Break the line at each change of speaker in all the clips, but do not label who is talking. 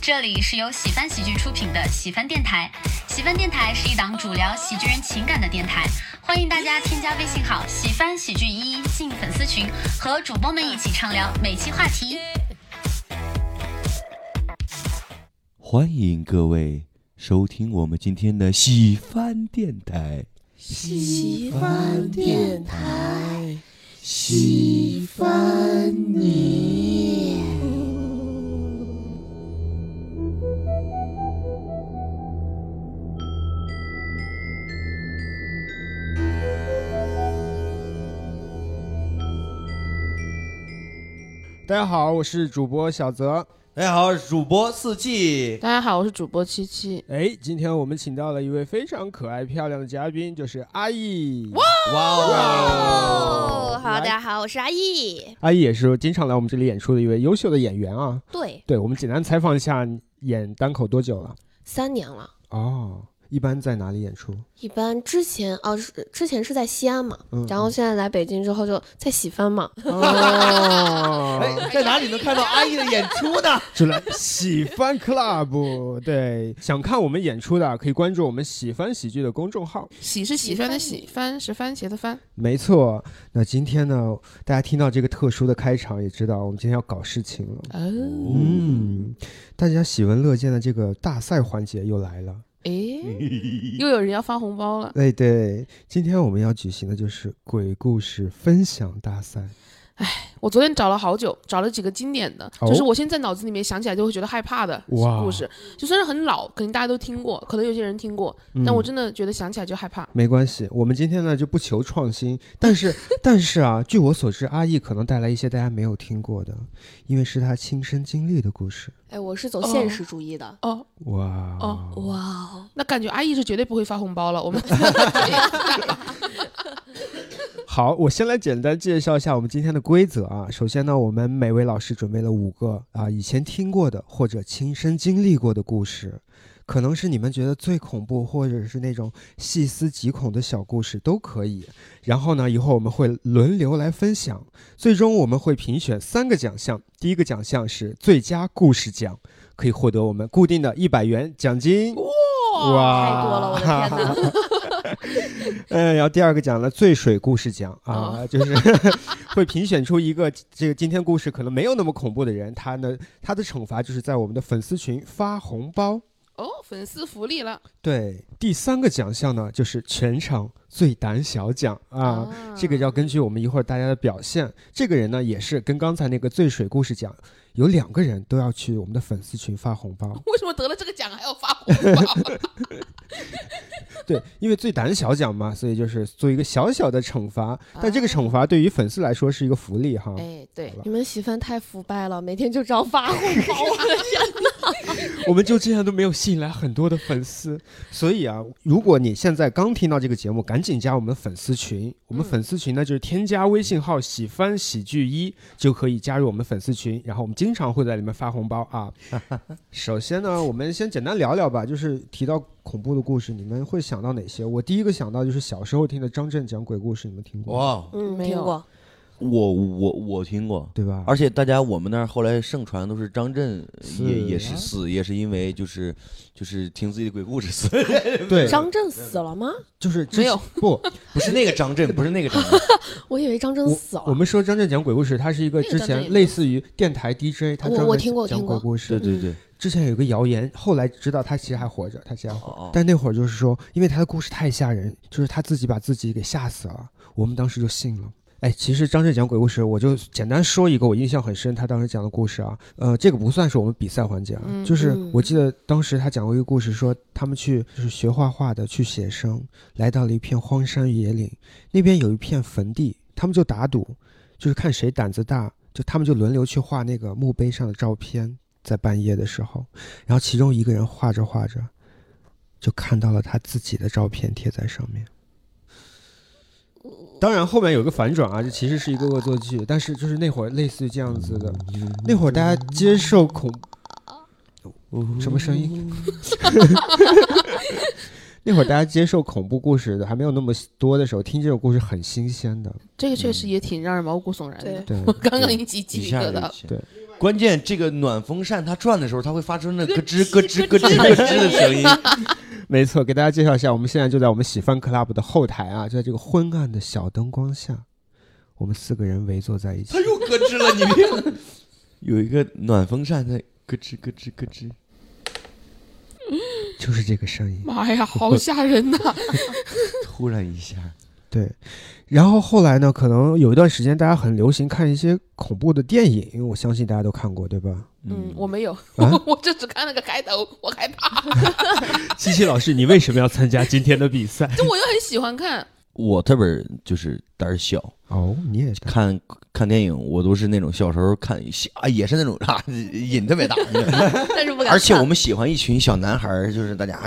这里是由喜翻喜剧出品的喜翻电台。喜翻电台是一档主聊喜剧人情感的电台，欢迎大家添加微信号“喜翻喜剧一”进粉丝群，和主播们一起畅聊每期话题。
欢迎各位收听我们今天的喜番电台。
喜欢电台，
喜
欢你。
大家好，我是主播小泽。
大家哎好，我是主播四季。
大家好，我是主播七七。
哎，今天我们请到了一位非常可爱漂亮的嘉宾，就是阿易。
哇哦！
哦，好，
来
大家好，我是阿易。
阿易也是经常来我们这里演出的一位优秀的演员啊。
对，
对，我们简单采访一下，你演单口多久了？
三年了，
哦，一般在哪里演出？
一般之前哦，是之前是在西安嘛，
嗯
然后现在来北京之后就在喜番嘛，
哦，
哎，在哪里能看到阿姨的演出 呢？
就来喜翻 club。对，想看我们演出的可以关注我们喜翻喜剧的公众号。
喜是喜欢的喜，番是番茄的番。
没错，那今天呢，大家听到这个特殊的开场，也知道我们今天要搞事情了。
哦，
嗯，大家喜闻乐见的这个大赛环节又来了。
诶，又有人要发红包了。
哎，对，今天我们要举行的就是鬼故事分享大赛。
我昨天找了好久，找了几个经典的，
哦
就是我现在脑子里面想起来就会觉得害怕的
哇
故事，就虽然很老，可能大家都听过，可能有些人听过，但我真的觉得想起来就害怕。
没关系，我们今天呢就不求创新，但是 但是啊，据我所知，阿易可能带来一些大家没有听过的，因为是他亲身经历的故事。
哎，我是走现实主义的。
哦，
哇
哦
哇哦，
那感觉阿姨是绝对不会发红包了。我 们
好，我先来简单介绍一下我们今天的规则啊。首先呢，我们每位老师准备了五个啊以前听过的或者亲身经历过的故事，可能是你们觉得最恐怖或者是那种细思极恐的小故事都可以。然后呢，以后我们会轮流来分享，最终我们会评选三个奖项，第一个奖项是最佳故事奖，可以获得我们固定的一百元奖金。哇
太多了，我的天哪！
嗯，然后第二个奖呢，最水故事奖啊，就是 会评选出一个这个今天故事可能没有那么恐怖的人，他呢他的惩罚就是在我们的粉丝群发红包。
哦，粉丝福利了
对，第三个奖项呢就是全场最胆小奖啊。这个要根据我们一会儿大家的表现，这个人呢也是跟刚才那个最水故事奖有两个人都要去我们的粉丝群发红包。
为什么得了这个奖还要发红包？啊
对，因为最胆小奖嘛，所以就是做一个小小的惩罚，但这个惩罚对于粉丝来说是一个福利哈。
哎，对，
你们喜番太腐败了，每天就知道发红 包，啊我的天！
我们就这样都没有吸引来很多的粉丝，所以啊，如果你现在刚听到这个节目，赶紧加我们粉丝群。我们粉丝群呢，就是添加微信号“喜番喜剧一”就可以加入我们粉丝群，然后我们经常会在里面发红包啊。首先呢，我们先简单聊聊吧，就是提到恐怖的故事，你们会想到哪些？我第一个想到就是小时候听的张震讲鬼故事，你们听过吗？
哇，
嗯，
没有
听过。
我我我听过，
对吧？
而且大家我们那儿后来盛传都是张震
是
也也
啊
是死，也是因为就是就是听自己的鬼故事死，
对，
张震死了吗？
就是之
没有
不，
不是那个张震，不是那个张震，
我以为张震
我
死了。
我们说张震讲鬼故事，他是一个
那个
之
张震
前
也
类似于电台 DJ，他
我
专
我
门
听过我
讲
听
鬼
过嗯
故
对
事。
对对，
之前有一个谣言，后来知道他其实还活着，他其实还活着。
哦哦，
但那会儿就是说，因为他的故事太吓人，就是他自己把自己给吓死了，我们当时就信了。哎，其实张震讲鬼故事，我就简单说一个我印象很深，他当时讲的故事啊，呃，这个不算是我们比赛环节啊，
嗯
就是
嗯
我记得当时他讲过一个故事，说他们去就是学画画的去写生，来到了一片荒山野岭，那边有一片坟地，他们就打赌，就是看谁胆子大，就他们就轮流去画那个墓碑上的照片，在半夜的时候，然后其中一个人画着画着，就看到了他自己的照片贴在上面。当然，后面有个反转啊，这其实是一个恶作剧，但是就是那会儿类似于这样子的，那会儿大家接受恐什么声音？ 那会儿大家接受恐怖故事的还没有那么多的时候，听这种故事很新鲜的。
这个确实也挺让人毛骨悚然的
对。
对，
嗯刚刚已经起鸡
一
皮
下
疙
就
瘩了。
起
对
关键这个暖风扇它转的时候，它会发出那咯
咯
吱
吱
咯吱咯
咯
吱
吱
咯吱的声音。
没错，给大家介绍一下，我们现在就在我们喜番 club 的后台啊，就在这个昏暗的小灯光下，我们四个人围坐在一起
它。又咯吱了，你别。有一个暖风扇在咯吱咯吱咯吱。
就是这个声音。
妈呀，好吓人呐！
突然一下，
对，然后后来呢，可能有一段时间大家很流行看一些恐怖的电影，因为我相信大家都看过，对吧？
嗯，我没有，
啊
我我就只看了个开头，我害怕。
七七老师，你为什么要参加今天的比赛？
就我又很喜欢看，
我特别就是胆儿小，
哦，你也看
看看电影我都是那种小时候看啊，也是那种啊瘾特别大，
但是不敢看。
而且我们喜欢一群小男孩儿，就是大家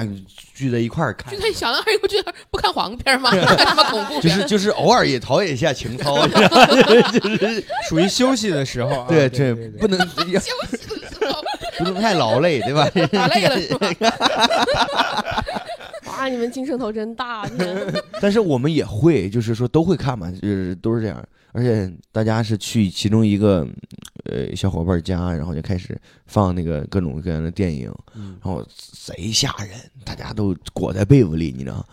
聚在一块儿看
就。那小男孩儿，我觉得不看黄片儿吗？看什么恐怖
就
片
是
儿？
就是偶尔也陶冶一下情 操，
属于休息的时候、啊
对
对
这不能要
休息的时候
不能太劳累，对吧？
打累了是吧？
哇，你们精神头真大，啊天
但是我们也会，就是说都会看嘛，就是都是这样。而且大家是去其中一个呃小伙伴家，然后就开始放那个各种各样的电影，然后贼吓人，大家都裹在被子里，你知道吗？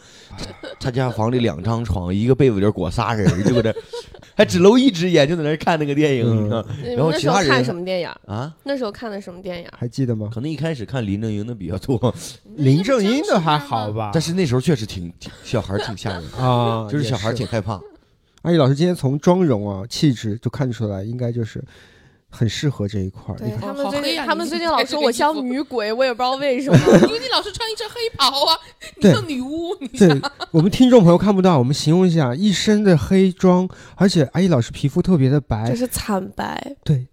他家房里两张床，一个被子里裹仨人，就 搁这还只露一只眼，就在那看那个电影，你知道吗？
你
然
们
后
那
其
时候
他人
看什么电影？
嗯啊，
那时候看的什么电影？
还记得吗？
可能一开始看林正英的比较多，
林正英的还好？吧？
但是那时候确实挺挺小孩儿挺吓人 的，
啊，
就是小孩儿
也
挺害怕。
阿姨老师今天从妆容啊、气质就看出来，应该就是很适合这一块儿。
对
你看
他
好
们最
黑
近，
呀
他
你
啊们
这
最近
个
老
这
说
个
我
衣
像
服
女鬼，我也不知道为什么。
因为你老是穿一身黑袍啊，你
对
像女巫，你
对我们听众朋友看不到，我们形容一下，一身的黑妆，而且阿姨老师皮肤特别的白
就，是惨白，
对，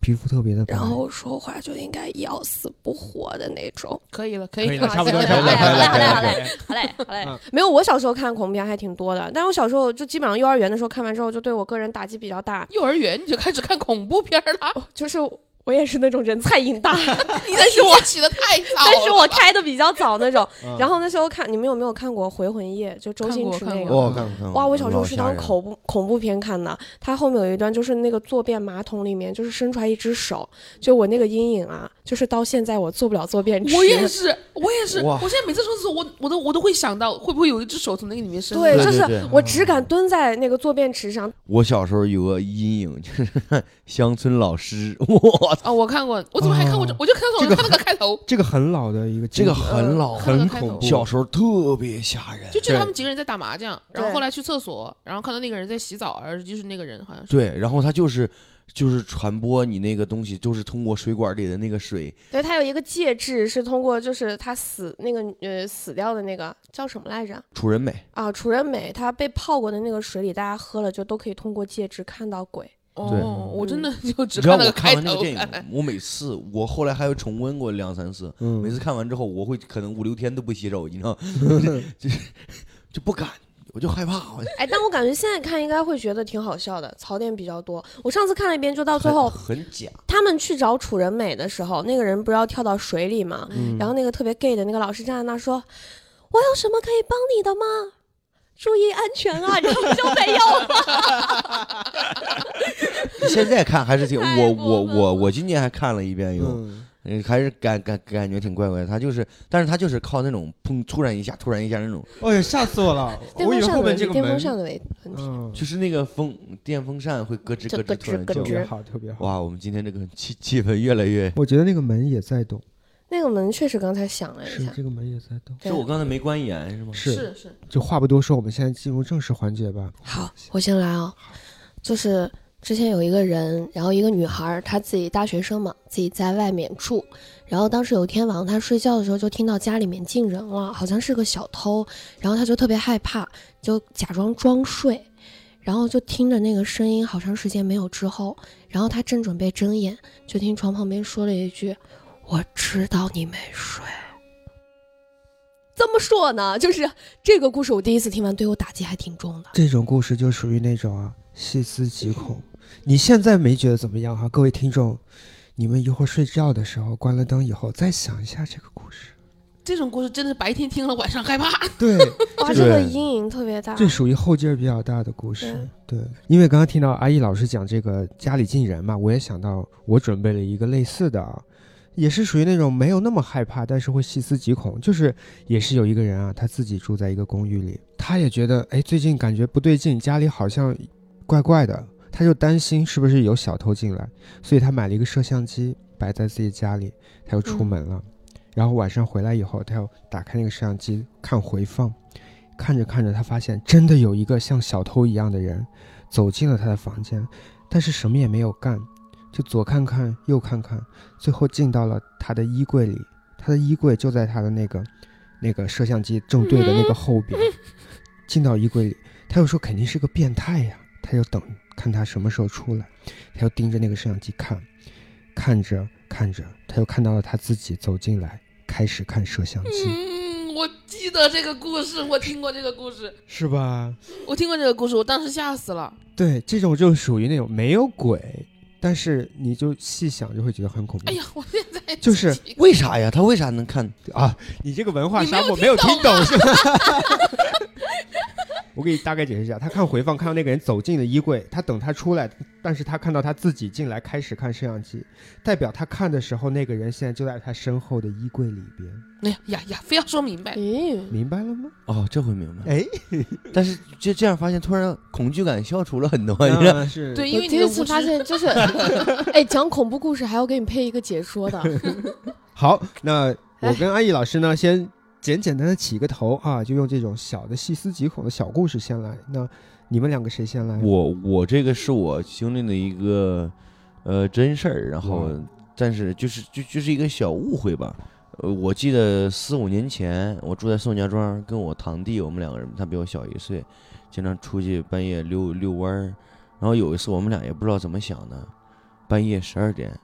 皮肤特别的白。
然后
嗯
说话就应该要死不活的那种。
可以了，可
以了
差不多
差不多
好嘞，好嘞，好
可以
嘞，哦好嘞，好嘞。没有，我小时候看恐怖片还挺多的，但我小时候就基本上幼儿园的时候看完之后，就对我个人打击比较大，
幼儿园你就开始看恐怖片儿了，
就是我也是那种人菜瘾大，
你但 是我起的太早了，
但是我开的比较早那种。
嗯
然后那时候看，你们有没有看过《回魂夜》？就周星驰那
看嗯
个。
哦我看看
哇！我小时候是当恐怖恐怖片看的，它后面有一段就是那个坐便马桶里面，就是伸出来一只手，就我那个阴影啊，就是到现在我做不了坐便池。
我也是，我也是，
哇
我现在每次上厕所，我我都我都会想到会不会有一只手从那个里面伸出来。
对，
对
就
对
是
对
我只敢蹲在那个坐便池上，
我小时候有个阴影，就是 乡村老师， 哇，
哦，我看过，我怎么还看过这
哦？
我就看到我
这个
就看那个开头，
这个很老的一个
这
经
个
典，
嗯很老，
看那
很
个开头
恐怖。
小时候特别吓人。
就觉得他们几个人在打麻将，然后
对
后来去厕所，然后看到那个人在洗澡，而就是那个人好像是。
对，然后他就是就是传播你那个东西，就是通过水管里的那个水，
对，它有一个介质是通过就是她死那个呃死掉的那个叫什么来着
楚人美，
啊？楚人美她被泡过的那个水里，大家喝了就都可以通过介质看到鬼。
对
哦，我真的就只
你知道
看那
我
个
看
开
完那
头
个。电影，我每次我后来还有重温过两三次，
嗯，
每次看完之后，我会可能五六天都不洗手，你知道，
嗯
就是就不敢，我就害怕，我
哎，但我感觉现在看应该会觉得挺好笑的，槽点比较多。我上次看了一遍，就到最 后
很很假，
他们去找楚人美的时候，那个人不是要跳到水里吗？
嗯
然后那个特别 gay 的那个老师站在那说：“我有什么可以帮你的吗？注意安全啊！”然后就没有了。
现在看还是挺
太
我
过
我
分
我我今年还看了一遍有。
嗯
嗯，还是感感感觉挺怪怪的。他就是，但是他就是靠那种砰，突然一下，突然一下那种，
哎呀，吓 死我了！
电风扇的问题，电风扇
嗯
的问问题。
就是那个风电风扇会咯吱
就
咯
咯
吱，突然叫
吱
特
咯。
别
吱
好，特别好。
哇，我们今天这个气气氛越来越……
我觉得那个门也在动，
那个门确实刚才响了一
是
下，
这个门也在动。
是
对
我刚才没关严是吗？
是，
是是，
就话不多说，我们现在进入正式环节吧。
好，我先来啊、就是之前有一个人，然后一个女孩儿，她自己大学生嘛，自己在外面住，然后当时有一天晚上她睡觉的时候，就听到家里面进人了，好像是个小偷，然后她就特别害怕，就假装装睡。然后就听着那个声音，好长时间没有之后，然后她正准备睁眼，就听床旁边说了一句：“我知道你没睡。”这么说呢，就是这个故事，我第一次听完，对我打击还挺重的。
这种故事就属于那种啊，细思极恐。你现在没觉得怎么样哈、各位听众，你们一会儿睡觉的时候关了灯以后，再想一下这个故事。
这种故事真的是白天听了晚上害怕。
对，
哇，这个
对
阴影特别大。
这属于后劲儿比较大的故事。对，因为刚刚听到阿易老师讲这个家里进人嘛，我也想到我准备了一个类似的啊，也是属于那种没有那么害怕，但是会细思极恐。就是也是有一个人啊，他自己住在一个公寓里，他也觉得哎最近感觉不对劲，家里好像怪怪的，他就担心是不是有小偷进来，所以他买了一个摄像机摆在自己家里，他又出
嗯
门了。然后晚上回来以后，他又打开那个摄像机看回放，看着看着，他发现真的有一个像小偷一样的人走进了他的房间，但是什么也没有干，就左看看右看看，最后进到了他的衣柜里。他的衣柜就在他的那个那个摄像机正对的那个后边，进到衣柜里，他又说肯定是个变态呀，他就等看他什么时候出来，他又盯着那个摄像机看，看着看着，他又看到了他自己走进来，开始看摄像机，
嗯，我记得这个故事，我听过这个故事，
是吧？
我听过这个故事，我当时吓死了。
对，这种就属于那种没有鬼，但是你就细想就会觉得很恐怖。
哎呀，我现在
就是
起鸡皮
为啥呀？他为啥能看？
啊，你这个文化
你没
沙
有
漠
听
没有听
懂
懂
啊
是吧？ 我给你大概解释一下，他看回放看到那个人走进了衣柜，他等他出来，但是他看到他自己进来开始看摄像机，代表他看的时候，那个人现在就在他身后的衣柜里边，
哎呀呀呀，非要说
哎
明白，
咦，
明白了吗？
哦，这回明白。
哎，
但是就这样发现，突然恐惧感消除了很多。 你知道
嗯是
对，因
我
为
第
你
一
的
次
无
发
知
现 就是，哎，讲恐怖故事还要给你配一个解说的，
哎
好，那我跟安逸老师呢，先简简单单起个头啊，就用这种小的细思极恐的小故事先来。那你们两个谁先来？
我我这个是我经历的一个呃真事儿，然后
嗯
但是就是就就是一个小误会吧。呃，我记得四五年前，我住在宋家庄，跟我堂弟，我们两个人，他比我小一岁，经常出去半夜溜遛弯儿。然后有一次，我们俩也不知道怎么想的，半夜十二点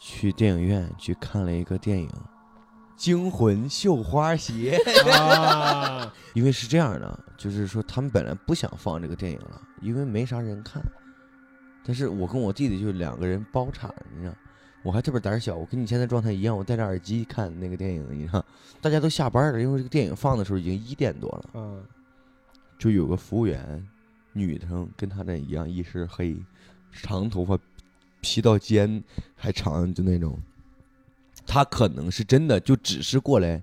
去电影院去看了一个电影，
惊魂绣花鞋，
啊，
因为是这样的，就是说他们本来不想放这个电影了，因为没啥人看。但是我跟我弟弟就两个人包场，你知道，我还特别胆儿小，我跟你现在状态一样，我戴着耳机看那个电影，你知道，大家都下班了，因为这个电影放的时候已经一点多了，
嗯，
就有个服务员，女生跟他那一样，一身黑，长头发，披到肩还长，就那种，她可能是真的就只是过来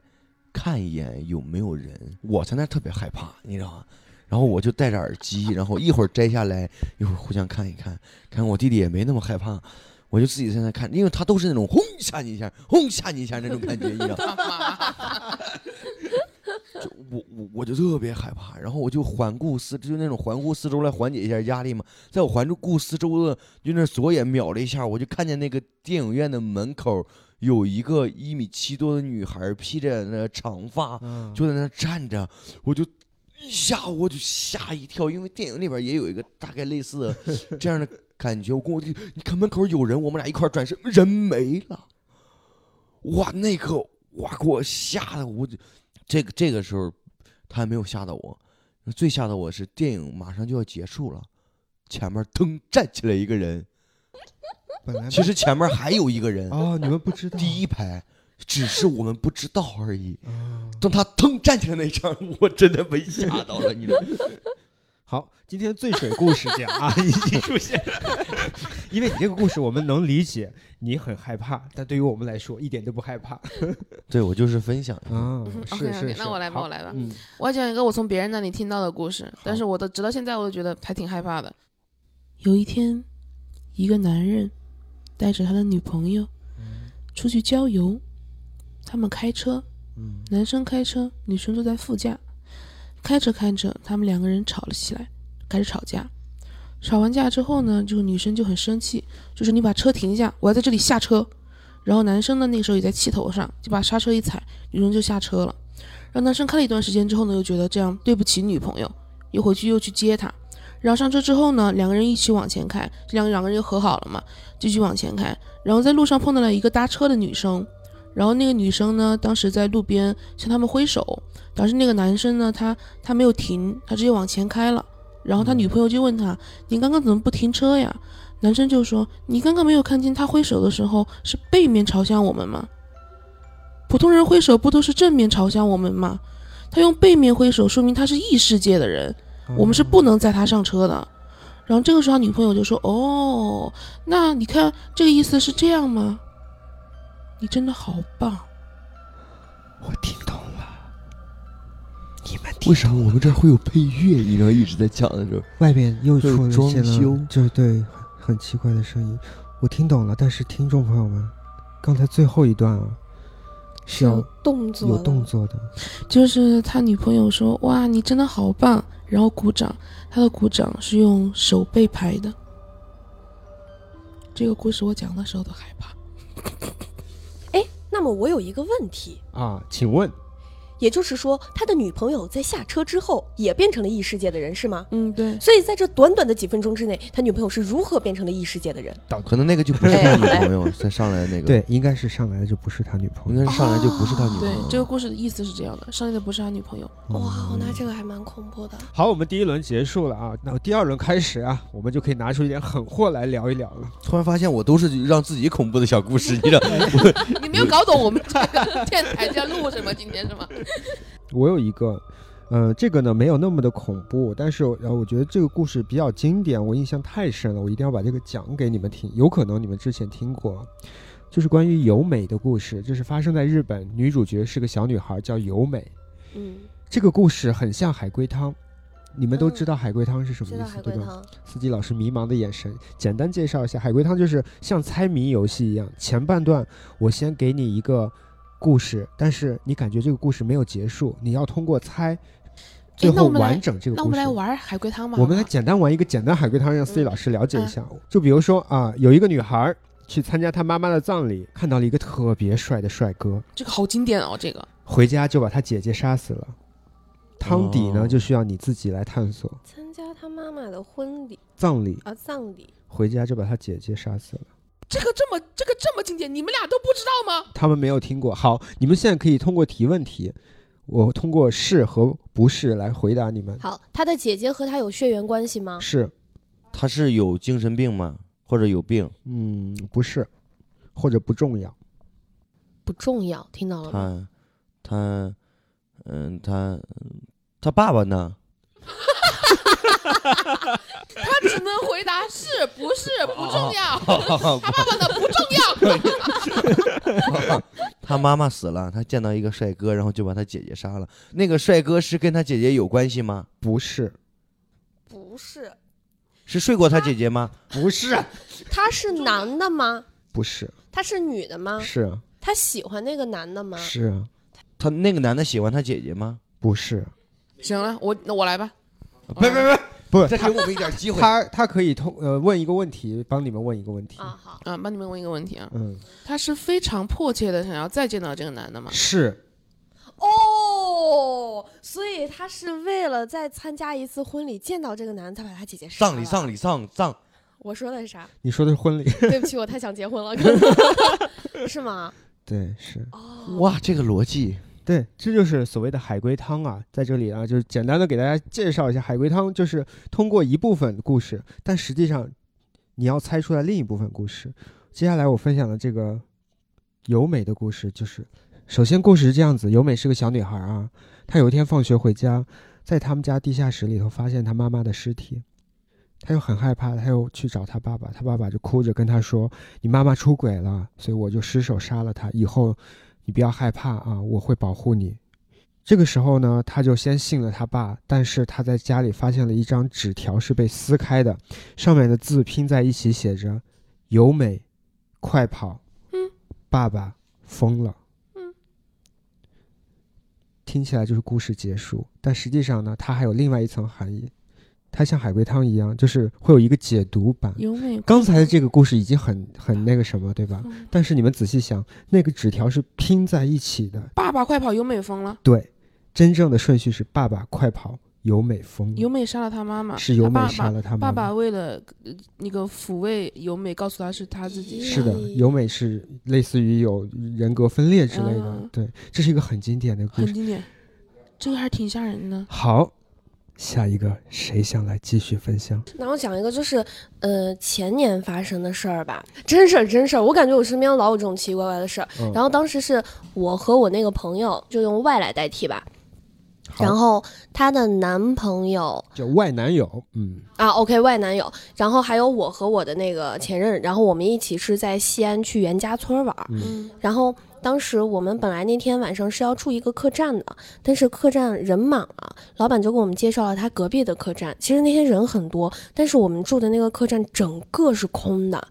看一眼有没有人，我在那儿特别害怕，你知道吗？然后我就戴着耳机，然后一会儿摘下来，一会儿互相看一看，看我弟弟也没那么害怕，我就自己在那看，因为他都是那种轰吓你一下，轰吓你一下那种感觉，你知道吗？
他妈
就我我我就特别害怕，然后我就环顾四，就那种环顾四周来缓解一下压力嘛。在我环顾四周的，就那左眼瞄了一下，我就看见那个电影院的门口有一个一米七多的女孩，披着那长发，
嗯
就在那站着，我就一下我就吓一跳，因为电影里边也有一个大概类似的这样的感觉。我跟我弟，你看门口有人，我们俩一块儿转身，人没了。哇，那刻哇给我吓得我就，这个这个时候他还没有吓到我，最吓到我是电影马上就要结束了，前面腾站起来一个人，
本来
其实前面还有一个人，
哦，你们不知道
第一排只是我们不知道而已。
啊
当他腾站起来那一刹，我真的被吓到了，你知道吗？
好，今天醉水故事讲啊，已经出现了。 因为你这个故事我们能理解，你很害怕，但对于我们来说一点都不害怕
对我就是分享一下
嗯
啊。是
OK，OK，
是是，
那我来吧
好
我来吧
嗯，
我要讲一个我从别人那里听到的故事，但是我的直到现在我都觉得还挺害怕的。有一天，一个男人带着他的女朋友出去郊游，他们开车，男生开车，女生坐在副驾。开着开着，他们两个人吵了起来，开始吵架。吵完架之后呢，这个女生就很生气，就是你把车停下，我要在这里下车。然后男生呢，那个时候也在气头上，就把刹车一踩，女生就下车了。让男生开了一段时间之后呢，又觉得这样对不起女朋友，又回去又去接她。然后上车之后呢，两个人一起往前开，这两个两个人又和好了嘛，继续往前开。然后在路上碰到了一个搭车的女生，然后那个女生呢，当时在路边向他们挥手，当时那个男生呢，他他没有停，他直接往前开了。然后他女朋友就问他：“你刚刚怎么不停车呀？”男生就说：“你刚刚没有看见他挥手的时候是背面朝向我们吗？”普通人挥手不都是正面朝向我们吗？他用背面挥手，说明他是异世界的人，
嗯
我们是不能载他上车的。然后这个时候，他女朋友就说：“哦，那你看这个意思是这样吗？你真的好棒。”
我听懂了，你们
为
听
啥我们这儿会有配乐？你知道一直在讲的时候，
外面又
就
出
是
了
装
一些了
修
就是对很很奇怪的声音，我听懂了。但是听众朋友们，刚才最后一段啊，是要
有动作
有
的
动作的，
就是他女朋友说：“哇，你真的好棒！”然后鼓掌，他的鼓掌是用手背拍的。这个故事我讲的时候都害怕。
哎那么我有一个问题，
啊，请问
也就是说，他的女朋友在下车之后也变成了异世界的人，是吗？
嗯，对，
所以在这短短的几分钟之内，他女朋友是如何变成了异世界的人？
可能那个就不是他女朋友，再上来的那个，，
对，应该是上来的就不是他女
应
朋友，
该是上来就不是他女朋
啊对
友了。，
这个故事的意思是这样的：上帝的不是他女朋友，
哦
哇，那这个还蛮恐怖的。
好，我们第一轮结束了啊，那第二轮开始啊，我们就可以拿出一点狠货来聊一聊了。
突然发现我都是让自己恐怖的小故事，你知道？
你没有搞懂我们这个电台在录什么？今天是吗？
我有一个，呃，这个呢没有那么的恐怖，但是我呃我觉得这个故事比较经典，我印象太深了，我一定要把这个讲给你们听。有可能你们之前听过，就是关于由美的故事，这是发生在日本，女主角是个小女孩叫由美。
嗯，
这个故事很像海龟汤，你们都
嗯
知道海龟汤是什么
知
意
道
思
海
对
龟
吧？
汤，
司机老师迷茫的眼神。简单介绍一下，海龟汤就是像猜谜游戏一样，前半段我先给你一个故事，但是你感觉这个故事没有结束，你要通过猜，最
那
后
我们来
完整这个故事。
那我们来玩海龟汤吧。嗯
我们来
好不好
简单玩一个简单海龟汤，让司机老师了解一下。就比如说啊，有一个女孩儿去参加她妈妈的葬礼，看到了一个特别帅的帅哥，
这个好经典哦，这个
回家就把他姐姐杀死了。汤底呢，
哦
就需要你自己来探索。
参加他妈妈的婚礼
葬礼
啊，葬礼。
回家就把他姐姐杀死了。
这个这么这个这么经典，你们俩都不知道 吗？
他们没有听过。好，你们现在可以通过提问题，我通过是和不是来回答你们。
好，他的姐姐和他有血缘关系吗？
是，
他是有精神病吗？或者有病？
嗯，不是，或者不重要。
不重要，听到了吗？
他他嗯，他他爸爸呢？
他只能回答是不是不重要，爸爸的不重要。
他妈妈死了，他见到一个帅哥，然后就把他姐姐杀了。那个帅哥是跟他姐姐有关系吗？
不是，
不是，
是睡过他姐姐吗？
不是，
他是男的吗？
不是，
他是女的吗？
是啊，
他喜欢那个男的吗？
是啊，
他那个男的喜欢他姐姐吗？
不是，
行了，我那我来吧。
别别别，
不
再
是。
给我们一点机会。
他他可以通呃问一个问题，帮你们问一个问题。
啊，好，
啊，帮你们问一个问题啊，
嗯，
他是非常迫切的想要再见到这个男的吗？
是
哦，所以他是为了再参加一次婚礼，见到这个男的，他把他姐姐杀了。
葬礼，葬
礼，
礼，葬葬，
我说的是啥？
你说的是婚礼，
对不起，我太想结婚了，可能是吗？
对，是
哦，
哇，这个逻辑，
对，这就是所谓的海龟汤啊，在这里啊，就是简单的给大家介绍一下，海龟汤就是通过一部分故事，但实际上你要猜出来另一部分故事。接下来我分享的这个由美的故事，就是首先故事是这样子：由美是个小女孩啊，她有一天放学回家，在他们家地下室里头发现她妈妈的尸体，她又很害怕，她又去找她爸爸，她爸爸就哭着跟她说：“你妈妈出轨了，所以我就失手杀了她，以后你不要害怕啊，我会保护你。这个时候呢，他就先信了他爸，但是他在家里发现了一张纸条是被撕开的，上面的字拼在一起写着“由美，快跑”，
嗯，
爸爸疯了，
嗯，
听起来就是故事结束，但实际上呢，它还有另外一层含义，它像海龟汤一样，就是会有一个解读版。
有美
刚才的这个故事已经很很那个什么，对吧？
嗯
但是你们仔细想，那个纸条是拼在一起的，
爸爸快跑，由美疯了，
对，真正的顺序是爸爸快跑，由美疯了，
由美杀了他妈妈，
是由美
他
杀了他妈妈。
爸爸。爸爸为了呃那个抚慰由美，告诉她是她自己
是的
杀，
哎
由美是类似于有人格分裂之类的，
嗯
对，这是一个很经典的故
很
事。
经典，这个还挺吓人的。
好，下一个谁想来继续分享？
那我讲一个，就是呃前年发生的事儿吧，真事儿真事儿。我感觉我身边老有这种奇奇怪怪的事儿。
嗯
然后当时是我和我那个朋友，就用 Y 来代替吧。
好
然后她的男朋友
就外男友，嗯，
啊，OK 外男友，然后还有我和我的那个前任，然后我们一起是在西安去袁家村玩儿。
嗯
然后当时我们本来那天晚上是要住一个客栈的，但是客栈人满了，老板就给我们介绍了他隔壁的客栈。其实那天人很多，但是我们住的那个客栈整个是空的，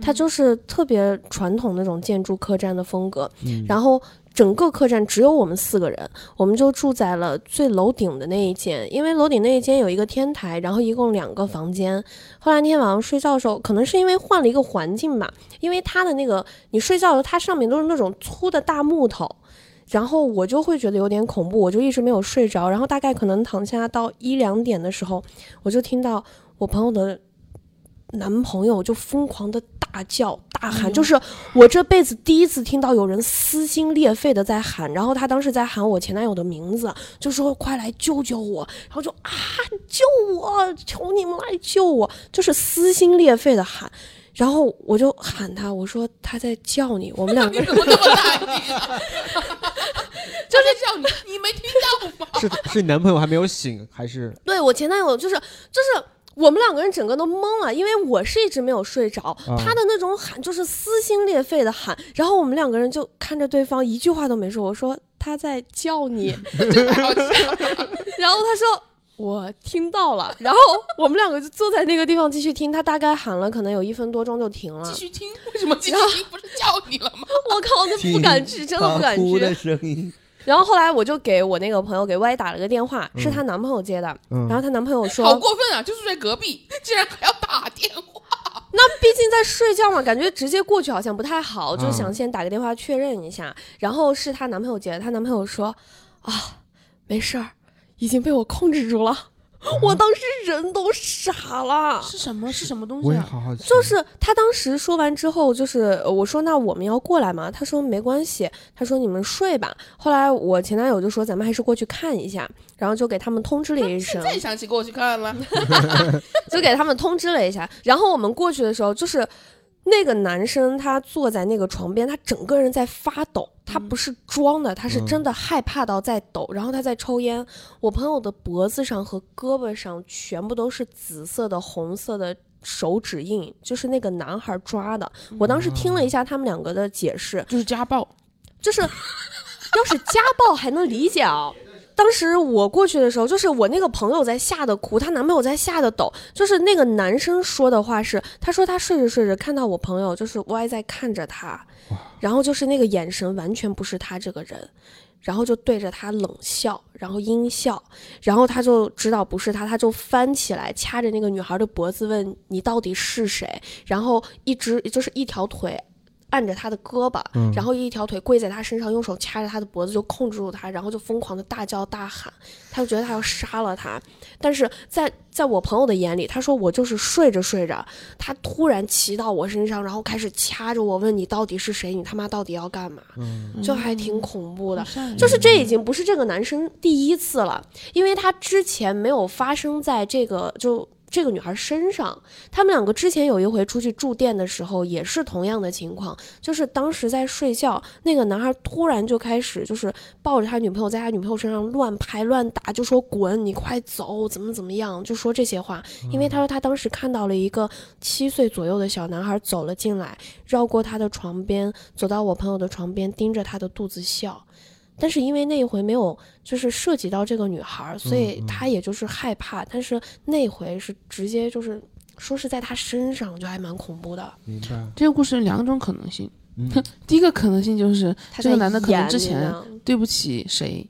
它就是特别传统那种建筑客栈的风格。
嗯
然后整个客栈只有我们四个人，我们就住在了最楼顶的那一间，因为楼顶那一间有一个天台，然后一共两个房间。后来那天晚上睡觉的时候，可能是因为换了一个环境吧，因为它的那个你睡觉的时候，它上面都是那种粗的大木头。然后我就会觉得有点恐怖，我就一直没有睡着。然后大概可能躺下到一两点的时候，我就听到我朋友的 男朋友就疯狂的大叫大
哎
喊，
呦
就是我这辈子第一次听到有人撕心裂肺的在喊。然后他当时在喊我前男友的名字，就说快来救救我，然后就啊救我，求你们来救我，就是撕心裂肺的喊。然后我就喊他，我说他在叫你，我们两个人
我这么大劲啊！就是叫你，你没听到吗？
是是你男朋友还没有醒，还是
对我前男友就是就是我们两个人整个都懵了，因为我是一直没有睡着，
啊
他的那种喊就是撕心裂肺的喊，然后我们两个人就看着对方一句话都没说，我说他在 叫你，
好笑
然后他说。我听到了，然后我们两个就坐在那个地方继续听，他大概喊了可能有一分多钟就停了
继。续听，为什么继续听？不是叫你了吗？
我靠，那不敢吃，真的不敢
哭
吃
的。声音，
然后后来我就给我那个朋友给 Y 打了个电话，是她男朋友接的。
嗯
然后她男朋友说：“
好过分啊！就住在隔壁，竟然还要打电话。
那毕竟在睡觉嘛，感觉直接过去好像不太好，就
嗯
想先打个电话确认一下。然后是她男朋友接的，她男朋友说：“啊，没事儿，已经被我控制住了。”我当时人都傻了。
是什么？是什么东
啊
我也？好好奇，
就是他当时说完之后，就是呃我说那我们要过来吗？他说没关系，他说你们睡吧。后来我前男友就说咱们还是过去看一下，然后就给他们通知了一声。
再想起过去看了，
就给他们通知了一下。然后我们过去的时候，就是那个男生他坐在那个床边，他整个人在发抖，他不是装的，他是真的害怕到在抖，然后他在抽烟。我朋友的脖子上和胳膊上全部都是紫色的、红色的。手指印就是那个男孩抓的。我当时听了一下他们两个的解释，
就是家暴。
就是要是家暴还能理解啊。当时我过去的时候，就是我那个朋友在吓得哭，她男朋友在吓得抖。就是那个男生说的话是，他说他睡着睡着看到我朋友就是歪在看着他，然后就是那个眼神完全不是他这个人，然后就对着他冷笑，然后阴笑，然后他就知道不是他，他就翻起来掐着那个女孩的脖子问你到底是谁，然后一直就是一条腿按着他的胳膊，然后一条腿跪在他身上，用手掐着他的脖子就控制住他，然后就疯狂的大叫大喊，他就觉得他要杀了他。但是在在我朋友的眼里，他说我就是睡着睡着，他突然骑到我身上，然后开始掐着我，问你到底是谁，你他妈到底要干嘛？
嗯
就还挺
嗯
恐怖的。就是这已经不是这个男生第一次了，因为他之前没有发生在这个就。这个女孩身上，他们两个之前有一回出去住店的时候，也是同样的情况，就是当时在睡觉，那个男孩突然就开始就是抱着他女朋友，在他女朋友身上乱拍乱打，就说滚，你快走，怎么怎么样，就说这些话。因
嗯
为他说他当时看到了一个七岁左右的小男孩走了进来，绕过他的床边，走到我朋友的床边，盯着他的肚子笑。但是因为那一回没有就是涉及到这个女孩，所
嗯
以他也就是害怕。但是那回是直接就是说是在他身上，就还蛮恐怖的。
明白，嗯
这个故事有两种可能性。第一个可能性就是
他
这个
在
男的可能
演
之
你
前
呢
对不起谁，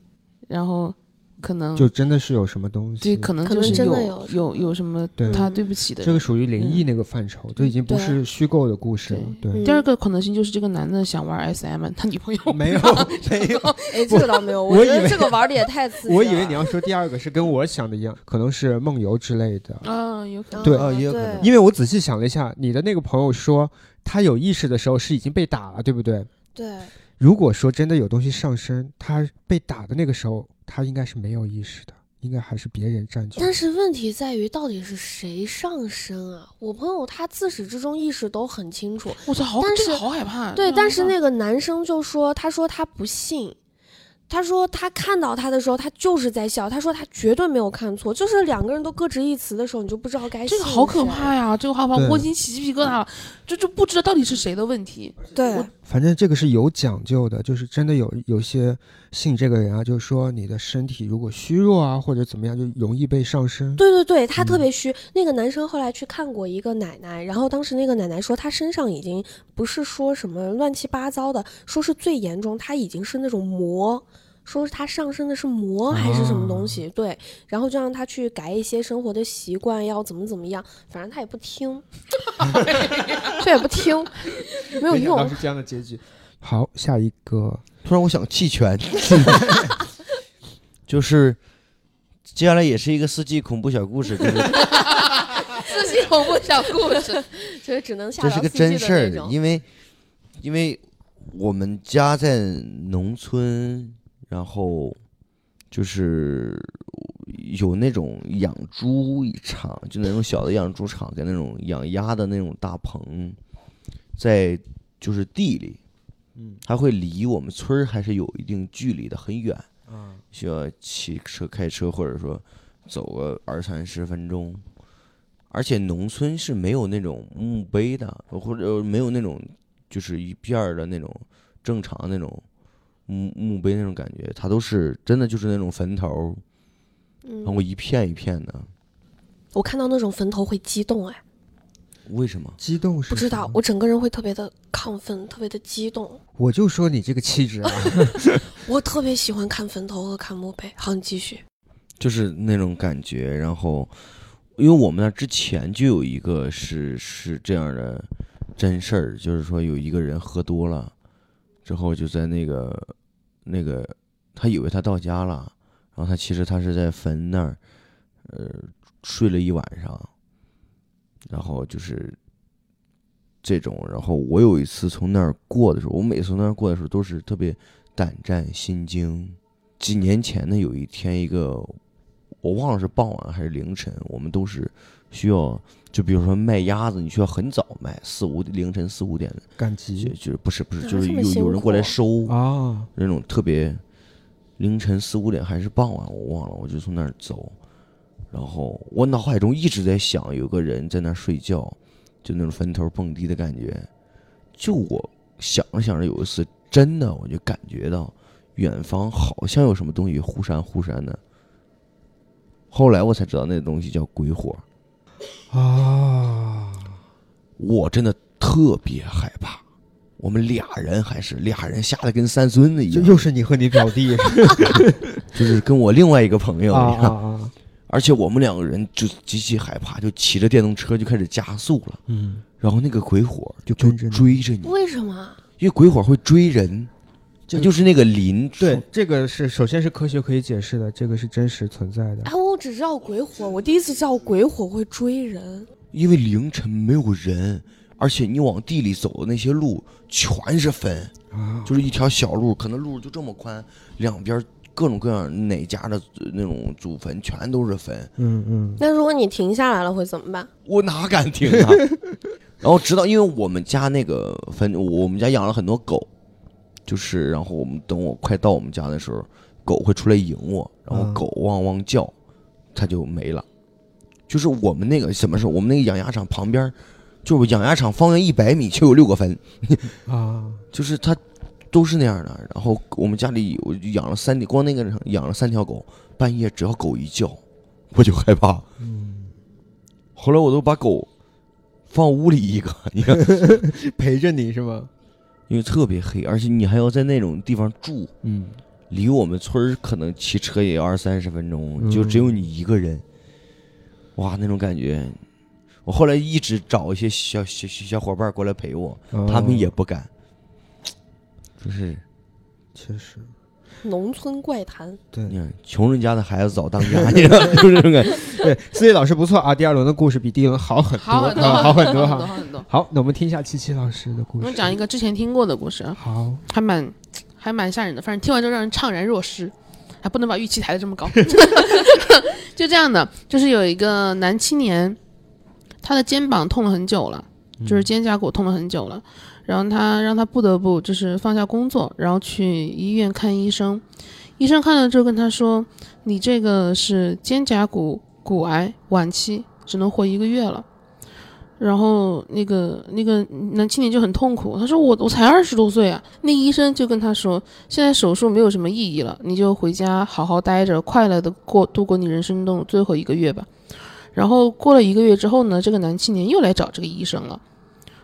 然后可能
就真的是有什么东西，
嗯对，可能
可
就
能
是
真的有
有有有什么
对
他对不起的
这
人。
个属于灵异那个范畴，就已经不
对
是虚构的故事了，对。
嗯
第二个可能性就是这个男的想玩 SM，他女朋友
没有没有，
哎，这个倒没有，
我
我觉
以为
得这个玩的也太刺激了。
我以为你要说第二个是跟我想的一样，可能是梦游之类的。
嗯
啊，有可能
对
啊
啊也有可能
对
因为我仔细想了一下，你的那个朋友说他有意识的时候是已经被打了，对不对？
对，
如果说真的有东西上身，他被打的那个时候，他应该是没有意识的，应该还是别人占据。
但是问题在于，到底是谁上身啊？我朋友他自始至终意识都很清楚，
我操，好，
但
这个
是
好害怕。
对，
这个
但
好
是
害怕
那个男生就说，他说他不信，他说他看到他的时候，他就是在笑，他说他绝对没有看错，就是两个人都各执一词的时候，你就不知道该
这个
信
好可
谁
怕呀，这个好可怕，
对
我已经起鸡皮疙瘩了，就就不知道到底是谁的问题。
对，
反正这个是有讲究的，就是真的有有些信这个人啊，就是说你的身体如果虚弱啊或者怎么样，就容易被上身。
对对对，他特
嗯
别虚。那个男生后来去看过一个奶奶，然后当时那个奶奶说，她身上已经不是说什么乱七八糟的，说是最严重，她已经是那种魔。说是她上身的是魔还是什么东
哦
西？对，然后就让她去改一些生活的习惯，要怎么怎么样，反正她也不 听，这也不听，没有啊用。
是这样的结局。好，下一个，
突然我想弃权， 就是接下来也是一个司机恐怖小故事，就是
自己恐怖小故 事，就是只能吓
这
到
是个
司机
真事
的
儿
那，种。
因为因为我们家在农村，然后就是有那种养猪场，就那种小的养猪场跟那种养鸭的那种大棚，在就是地里，
嗯
它会离我们村儿还是有一定距离的，很远，
啊，
需要骑车、开车，或者说走个二三十分钟。而且农村是没有那种墓碑的，或者没有那种就是一片儿的那种正常那种墓墓碑那种感觉，它都是真的就是那种坟头儿，
嗯
然后一片一片的。
我看到那种坟头会激动哎。
为什么？
激动是
不知
什
道
么，
我整个人会特别的亢奋，特别的激动。
我就说你这个 气质啊，
我特别喜欢看坟头和看墓碑。好，你继续。
就是那种感觉。然后，因为我们那之前就有一个是是这样的真事儿，就是说有一个人喝多了之后，就在那个那个他以为他到家了，然后他其实他是在坟那儿呃睡了一晚上，然后就是。这种，然后我有一次从那儿过的时候，我每次从那儿过的时候都是特别胆战心惊，几年前的有一天，一个我忘了是傍晚还是凌晨，我们都是需要，就比如说卖鸭子，你需要很早卖，四五凌晨四五点的，
赶
就
集
就是不是不是，
啊
就是
这么
有
辛
有人过来
苦
收
啊，
那种特别凌晨四五点还是傍晚，我忘了，我就从那儿走，然后我脑海中一直在想有个人在那儿睡觉，就那种坟头蹦迪的感觉，就我想着想着有一次真的我就感觉到远方好像有什么东西忽闪忽闪的，后来我才知道那东西叫鬼火，
哎啊，
我真的特别害怕。我们俩人还是俩人吓得跟三孙子一
就
样，
又是你和你表弟
就是跟我另外一个朋友
啊
一
啊
样，
啊，
而且我们两个人就极其害怕，就骑着电动车就开始加速了。
嗯，
然后那个鬼火
就
就
跟着你
追着你，
为什么？
因为鬼火会追人，这
这个
就是那个林
对，这个是首先是科学可以解释的，这个是真实存在的
哎，我只知道鬼火，我第一次知道鬼火会追人。
因为凌晨没有人，而且你往地里走的那些路全是坟，
啊，
就是一条小路，可能路就这么宽，两边各种各样哪家的呃那种祖坟全都是坟，
嗯嗯，
那如果你停下来了会怎么办？
我哪敢停啊？然后直到因为我们家那个坟，我们家养了很多狗，就是然后我们等我快到我们家的时候，狗会出来迎我，然后
嗯
狗汪汪叫，它就没了。就是我们那个什么时候，我们那个养鸭场旁边儿，就是养鸭场方圆一百米就有六个坟，
啊，
就是它都是那样的。然后我们家里我就养了三，光那个养了三条狗，半夜只要狗一叫，我就害怕。
嗯，
后来我都把狗放屋里一个，你看，
陪着你是吗？
因为特别黑，而且你还要在那种地方住，
嗯，
离我们村儿可能骑车也要二三十分钟，
嗯
就只有你一个人，哇，那种感觉。我后来一直找一些小小小小伙伴过来陪我，
嗯
他们也不敢，就是
确实，
农村怪谈，
对
你看，穷人家的孩子早当 家，你知道吗，就是这种感觉。
对，思怡老师不错啊，第二轮的故事比第一轮好很多，
好很多，
啊好很
很
多
好很多，
哈。
好很多。
好，那我们听一下七七老师的故
我
事。
们讲一个之前听过的故事啊，
好，
还蛮还蛮吓人的，反正听完之后让人怅然若失，还不能把预期抬得这么高。 就这样的，就是有一个男青年，他的肩膀痛了很久了，就是肩胛骨痛了很久了，然后他让他不得不就是放下工作，然后去医院看医生。医生看了之后跟他说：“你这个是肩胛骨骨癌晚期，只能活一个月了。”然后那个那个男青年就很痛苦，他说我我才二十多岁啊。那医生就跟他说，现在手术没有什么意义了，你就回家好好待着，快乐的过度过你人生中的最后一个月吧。然后过了一个月之后呢，这个男青年又来找这个医生了。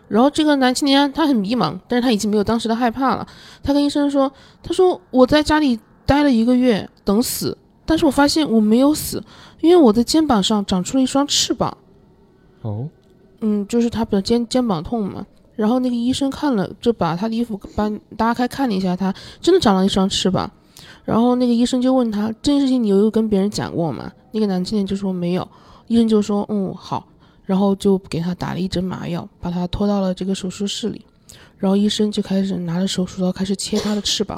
然后这个男青年他很迷茫，但是他已经没有当时的害怕了。他跟医生说：“他说我在家里待了一个月等死，但是我发现我没有死，因为我的肩膀上长出了一双翅膀。”
哦，
嗯，就是他本肩肩膀痛嘛，然后那个医生看了，就把他的衣服搬拉开看了一下他，真的长了一双翅膀。然后那个医生就问他这件事情，你有跟别人讲过吗？那个男青年就说没有。医生就说嗯好，然后就给他打了一针麻药，把他拖到了这个手术室里。然后医生就开始拿着手术刀开始切他的翅膀。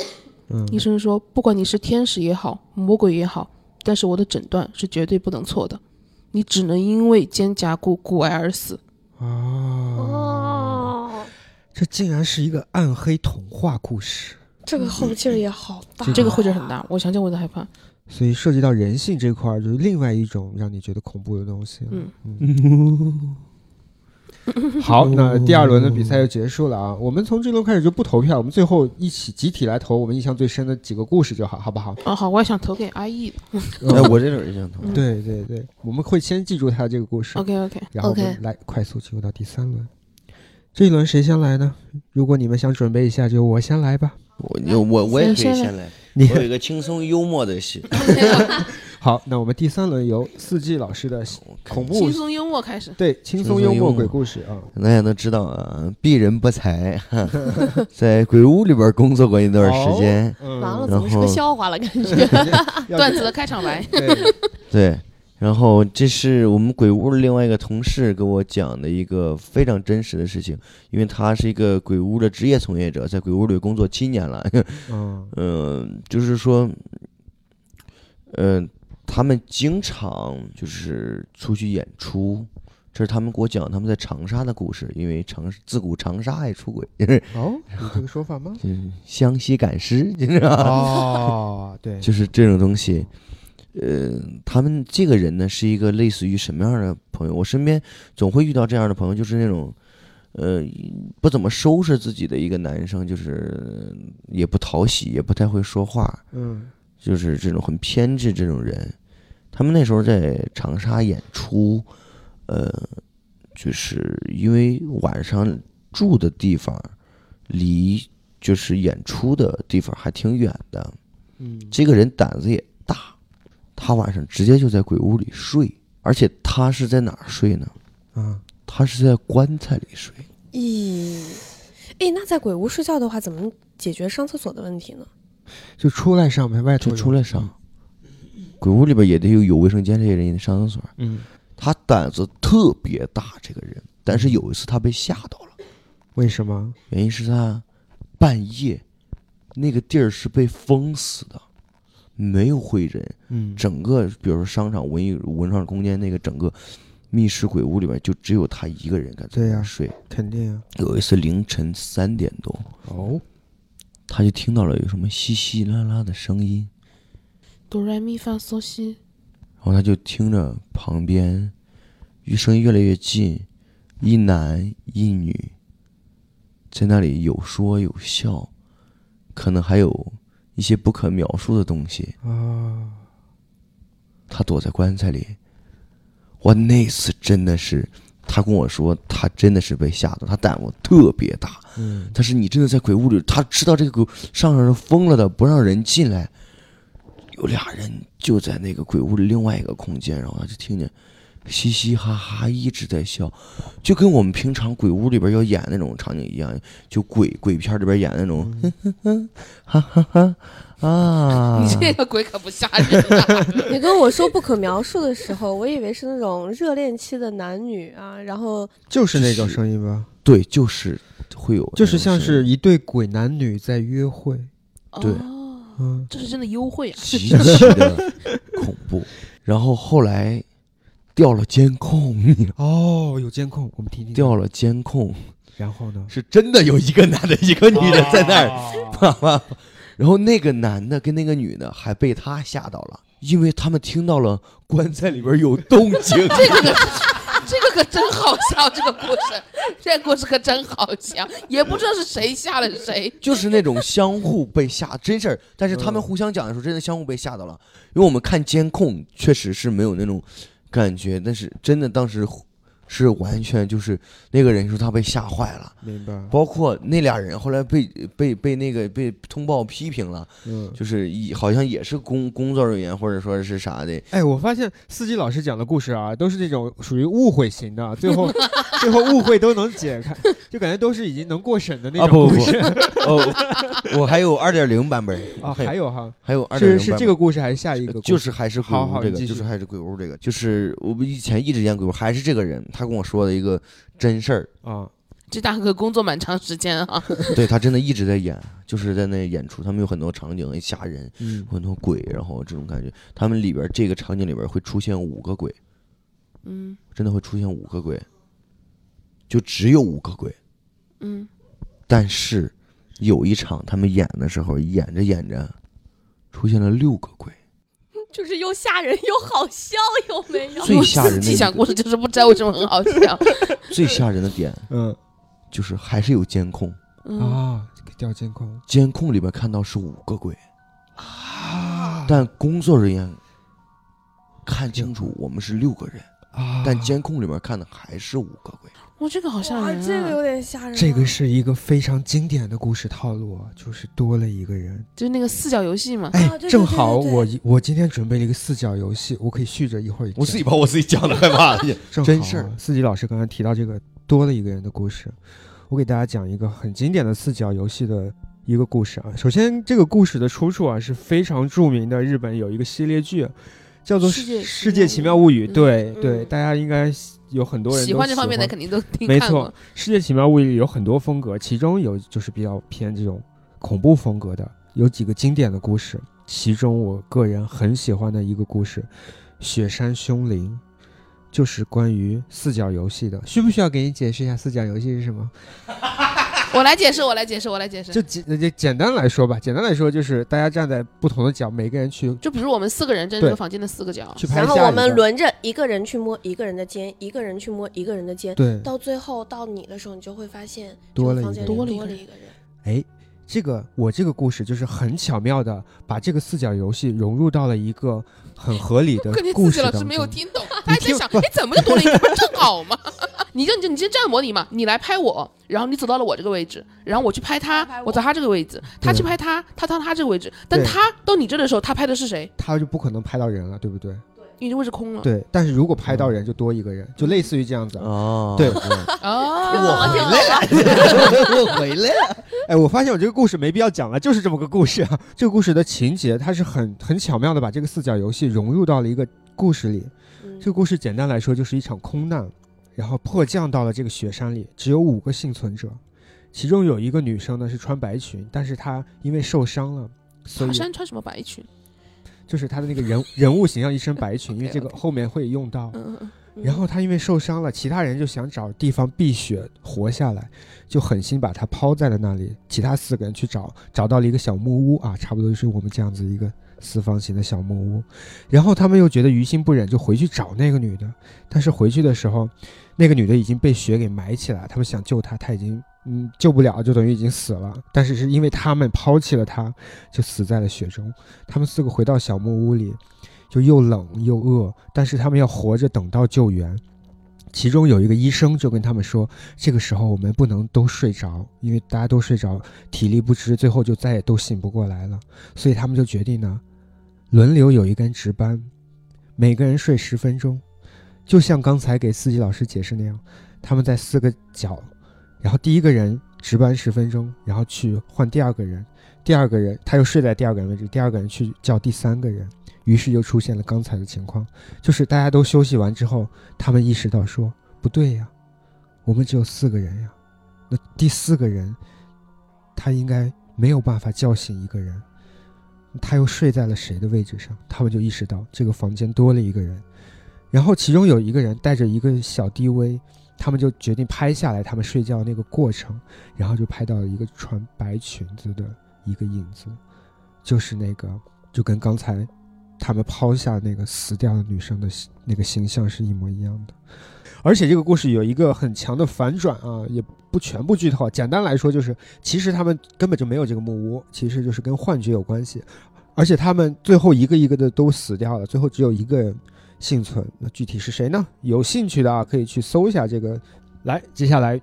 嗯
医生说，不管你是天使也好，魔鬼也好，但是我的诊断是绝对不能错的，你只能因为肩胛骨骨癌而死。
啊，
哦，
这竟然是一个暗黑童话故事，
这个后劲儿也好大啊
这
这个后劲儿很大，我想想我都害怕。
所以涉及到人性这块儿，就是另外一种让你觉得恐怖的东西。
嗯
好，那第二轮的比赛就结束了啊！我们从这轮开始就不投票，我们最后一起集体来投我们印象最深的几个故事就好，好不好？
啊，好，我也想投给阿易的。
哎， 我这种人想投。
嗯
对对对，我们会先记住他这个故事，
OK OK，
然后我们
OK
来快速进入到第三轮。这一轮谁先来呢？如果你们想准备一下，就我先来吧。
我你我我也可以
先
先来，
你
我有一个轻松幽默的戏，
好，那我们第三轮由四季老师的恐怖
轻松幽默开始。
对轻松
松
幽
幽
默
默
鬼故事啊，
大家都知道啊，鄙人不才，在鬼屋里边工作过一段时间，
嗯
完了，怎么是个
然后
笑话了？感觉
要
段子的开场白，
对，
对。然后这是我们鬼屋另外一个同事给我讲的一个非常真实的事情，因为他是一个鬼屋的职业从业者，在鬼屋里工作七年了，
嗯
嗯、就是说，嗯、他们经常就是出去演出，这是他们给我讲他们在长沙的故事，因为长自古长沙爱出轨，就是
哦，有这个说法吗？
湘西赶尸，你知道吗？
哦，对，
啊就是这种东西。呃，他们这个人呢，是一个类似于什么样的朋友？我身边总会遇到这样的朋友，就是那种，呃，不怎么收拾自己的一个男生，就是也不讨喜，也不太会说话，
嗯
就是这种很偏执这种人。他们那时候在长沙演出，呃，就是因为晚上住的地方离就是演出的地方还挺远的，
嗯，
这个人胆子也大，他晚上直接就在鬼屋里睡，而且他是在哪儿睡呢？
啊，
他是在棺材里睡。
咦， 哎，那在鬼屋睡觉的话，怎么解决上厕所的问题呢？
就出来上呗，外头
就出来上。鬼屋里边也得有有卫生间，这些人也得上厕所。
嗯，
他胆子特别大，这个人。但是有一次他被吓到了，
为什么？
原因是他半夜那个地儿是被封死的，没有会人，
嗯
整个比如说商场、文艺文创空间那个整个密室鬼屋里边就只有他一个人敢在
对
那
呀
儿睡。
肯定啊。
有一次凌晨三点多，
哦，
他就听到了有什么稀稀拉拉的声音，
哆来咪发嗦西，，
然后他就听着旁边，越声音越来越近，一男一女，在那里有说有笑，可能还有一些不可描述的东西啊。他躲在棺材里，我那次真的是，他跟我说他真的是被吓到，他胆子特别大。
嗯，
但是你真的在鬼屋里，他知道这个鬼屋上上是封了的，不让人进来。有俩人就在那个鬼屋里另外一个空间，然后他就听见嘻嘻哈哈一直在笑，就跟我们平常鬼屋里边要演那种场景一样，就鬼鬼片里边演那种，哼哼
嗯
哼， 哈哈哈啊
你这个鬼可不吓人啊！
你跟我说不可描述的时候，我以为是那种热恋期的男女啊，然后
就是那种
就是
声音吧，
对，就是会有那种声音，
就是像是一对鬼男女在约会。
对
哦
嗯，
这是真的优惠啊！
极其的恐怖， 然后后来掉了监控，你知道
哦，有监控，我们听听。
掉了监控，
然后呢？
是真的有一个男的， 一个女的在那儿，
儿，
爸
哦
爸。然后那个男的跟那个女的还被他吓到了，因为他们听到了棺材里边有动静。
这个可这个可真好笑，这个故事， 这个故事可真好笑，也不知道是谁吓了谁。
就是那种相互被吓，真事儿。但是他们
嗯
互相讲的时候，真的相互被吓到了。因为我们看监控，确实是没有那种感觉，但是真的当时 是完全就是那个人说他被吓坏了，
明白。
包括那俩人后来被被被那个被通报批评了，
嗯，
就是以好像也是工工作人员或者说是啥的，
哎，我发现司机老师讲的故事啊，都是这种属于误会型的，最后最后误会都能解开，就感觉都是已经能过审的那
啊
种
不
故
不
事
哦，我还有二点零版本
啊。还有哈，
还有二点零
是
版
是
本
这个故事还是下一个故事？
就是还是鬼
好好
屋这
你
个，
继续
就是还是鬼屋这个，就是我们以前一直演鬼屋，还是这个人，他跟我说的一个真事儿，
啊，
这大哥工作蛮长时间 啊，
对他真的一直在演，就是在那演出，他们有很多场景很吓人，
嗯
很多鬼，然后这种感觉，他们里边这个场景里边会出现五个鬼，
嗯
真的会出现五个鬼，就只有五个鬼，
嗯，
但是有一场他们演的时候，演着演着出现了六个鬼，
就是又吓人又好笑，有没有？
最吓人
我
的
自己
一
讲
个
故事就是不知道为什么很好 笑。
最吓人的点
嗯
就是还是有监控，
嗯，
啊，调监控
监控里边看到是五个鬼。
啊
但工作人员看清楚，我们是六个人，
啊
但监控里面看的还是五个鬼。
哇，这个好吓
哇
人，
这个
啊！
有点吓人啊。
这个是一个非常经典的故事套路啊，就是多了一个人。
就是那个四角游戏嘛。
哎，
对对
正好
对对
我一我今天准备了一个四角游戏，我可以续着一会儿。
己啊把我自己讲的害怕了。
正
真
好
事儿
四级老师刚才提到这个多了一个人的故事，我给大家讲一个很经典的四角游戏的一个故事啊。首先，这个故事的出处啊是非常著名的，日本有一个系列剧，叫做《
世界
世世
奇妙
界
物
奇妙物语》。
嗯
对
嗯
对，大家应该有很多人
喜
都
欢这方面的
喜
肯定都听
没
看过
错，《世界奇妙物语》里有很多风格，其中有就是比较偏这种恐怖风格的，有几个经典的故事，其中我个人很喜欢的一个故事《雪山凶灵》，就是关于四角游戏的。需不需要给你解释一下四角游戏是什么？
我来解释，我来解释，我来解释。
就简就简单来说吧，简单来说就是大家站在不同的角，每个人去
就比如我们四个人站在这
对
个房间的四个角，
去拍
然
下
后
一个。
我们轮着一个人去摸一个人的肩，一个人去摸一个人的肩，
对，
到最后到你的时候，你就会发现这
多
个
了一
房
个
间
人
里
多
多
了
了
一
一个
个人
人。
哎，这个我这个故事就是很巧妙的把这个四角游戏融入到了一个很合理的
关键
故
自己
事
老
当中。
师没有听 懂，他还在
听
想，
不
哎，怎么就多了一个？不是正好吗？ 你就你就你就这样模拟嘛，你来拍我，然后你走到了我这个位置，然后我去拍他
他拍，我
我到他这个位置，他
对
去拍他，他到他这个位置，但
对
他到你这的时候，他拍的是谁？
他就不可能拍到人了，对不对？
你这位置空了。
对，但是如果拍到人，就多一个人，就类似于这样子。
哦，
对，
哦，
回来了， 我回来了。
哎，我发现我这个故事没必要讲了，就是这么个故事啊。这个故事的情节，它是很很巧妙的把这个四角游戏融入到了一个故事里。
嗯
这个故事简单来说，就是一场空难，然后迫降到了这个雪山里，只有五个幸存者，其中有一个女生呢是穿白裙，但是她因为受伤了，所以
爬啊山穿什么白裙？
就是她的那个人人物形象一身白裙，因为这个
OK，OK
后面会用到。
嗯，嗯嗯
然后他因为受伤了，其他人就想找地方避雪活下来，就狠心把他抛在了那里。其他四个人去找，找到了一个小木屋啊，差不多就是我们这样子一个四方形的小木屋。然后他们又觉得于心不忍，就回去找那个女的。但是回去的时候，那个女的已经被雪给埋起来，他们想救她，她已经嗯救不了，就等于已经死了。但是是因为他们抛弃了她，就死在了雪中。他们四个回到小木屋里，就又冷又饿，但是他们要活着等到救援。其中有一个医生就跟他们说，这个时候我们不能都睡着，因为大家都睡着，体力不支，最后就再也都醒不过来了。所以他们就决定呢，轮流有一个人值班，每个人睡十分钟，就像刚才给司机老师解释那样，他们在四个角，然后第一个人值班十分钟，然后去换第二个人，第二个人他又睡在第二个人位置，第二个人去叫第三个人，于是又出现了刚才的情况，就是大家都休息完之后，他们意识到说不对呀，我们只有四个人呀，那第四个人他应该没有办法叫醒一个人，他又睡在了谁的位置上？他们就意识到这个房间多了一个人，然后其中有一个人带着一个小 DV，他们就决定拍下来他们睡觉那个过程，然后就拍到了一个穿白裙子的一个影子，就是那个就跟刚才他们抛下那个死掉的女生的形那个形象是一模一样的。而且这个故事有一个很强的反转啊，也不全部剧透啊。简单来说就是，其实他们根本就没有这个木屋，其实就是跟幻觉有关系。而且他们最后一个一个的都死掉了，最后只有一个人幸存。那具体是谁呢？有兴趣的啊，可以去搜一下这个。来，接下来，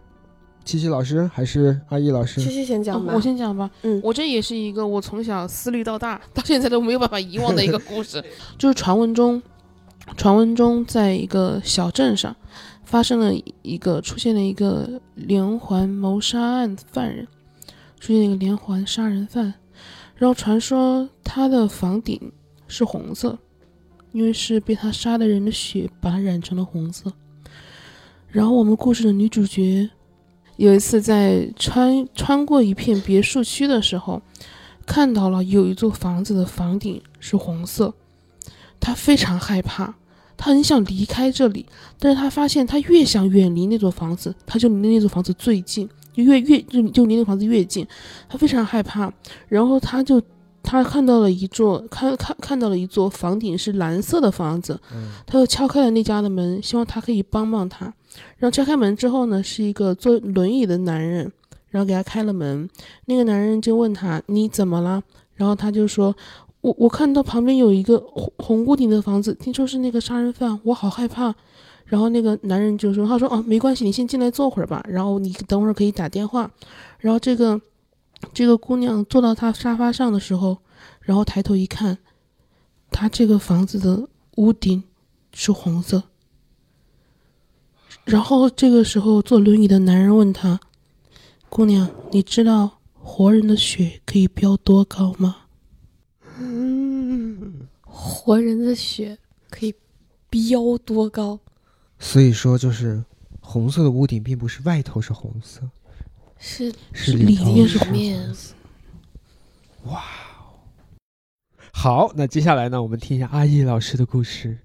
七七老师还是阿易老师
七？七先讲吧
哦
我。先讲吧，
嗯
我这也是一个我从小思虑到大，到现在都没有办法遗忘的一个故事，就是传闻中，传闻中在一个小镇上发生了一个出现了一个连环谋杀案犯人，出现一个连环杀人犯，然后传说他的房顶是红色，因为是被他杀的人的血把它染成了红色，然后我们故事的女主角有一次在穿穿过一片别墅区的时候，看到了有一座房子的房顶是红色，他非常害怕，他很想离开这里，但是他发现他越想远离那座房子，他就离那座房子最近，就越越就就离那房子越近，他非常害怕，然后他就。他看到了一座看看看到了一座房顶是蓝色的房子，
嗯
他就敲开了那家的门，希望他可以帮帮他。然后敲开门之后呢，是一个坐轮椅的男人，然后给他开了门。那个男人就问他：“你怎么了？”然后他就说：“我我看到旁边有一个红红屋顶的房子，听说是那个杀人犯，我好害怕。”然后那个男人就说：“他说哦、没关系，你先进来坐会儿吧，然后你等会儿可以打电话。”然后这个这个姑娘坐到他沙发上的时候，然后抬头一看，他这个房子的屋顶是红色。然后这个时候，坐轮椅的男人问她：“姑娘，你知道活人的血可以飙多高吗
活人的血可以飙多高？
所以说就是红色的屋顶并不是外头是红色，
是
是
是
里
里
头
面
是
是
红
面
色。哇哦！好，那接下来呢，我们听一下阿易老师的故事。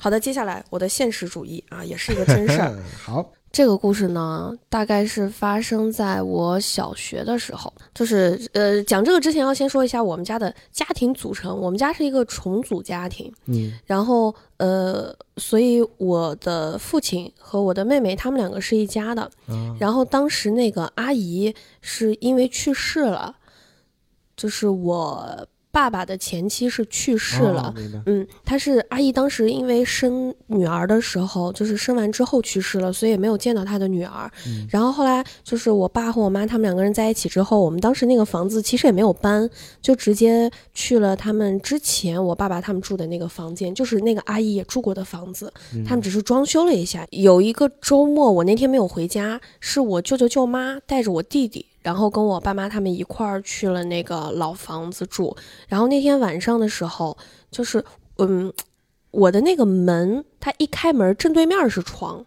好的，接下来我的现实主义啊，也是一个真 事儿。
好，
这个故事呢，大概是发生在我小学的时候。就是呃，讲这个之前要先说一下我们家的家庭组成。我们家是一个重组家庭，
嗯
然后呃，所以我的父亲和我的妹妹他们两个是一家的。
啊，
然后当时那个阿姨是因为去世了，就是我爸爸的前妻 是去世了，
哦明白
嗯，她是阿姨，当时因为生女儿的时候，就是生完之后去世了，所以也没有见到她的女儿。
嗯
然后后来就是我爸和我妈他们两个人在一起之后，我们当时那个房子其实也没有搬，就直接去了他们之前我爸爸他们住的那个房间，就是那个阿姨也住过的房子。他们只是装修了一下。有一个周末，我那天没有回家，是我舅舅舅妈带着我弟弟，然后跟我爸妈他们一块儿去了那个老房子住。然后那天晚上的时候，就是嗯，我的那个门，它一开门正对面是床。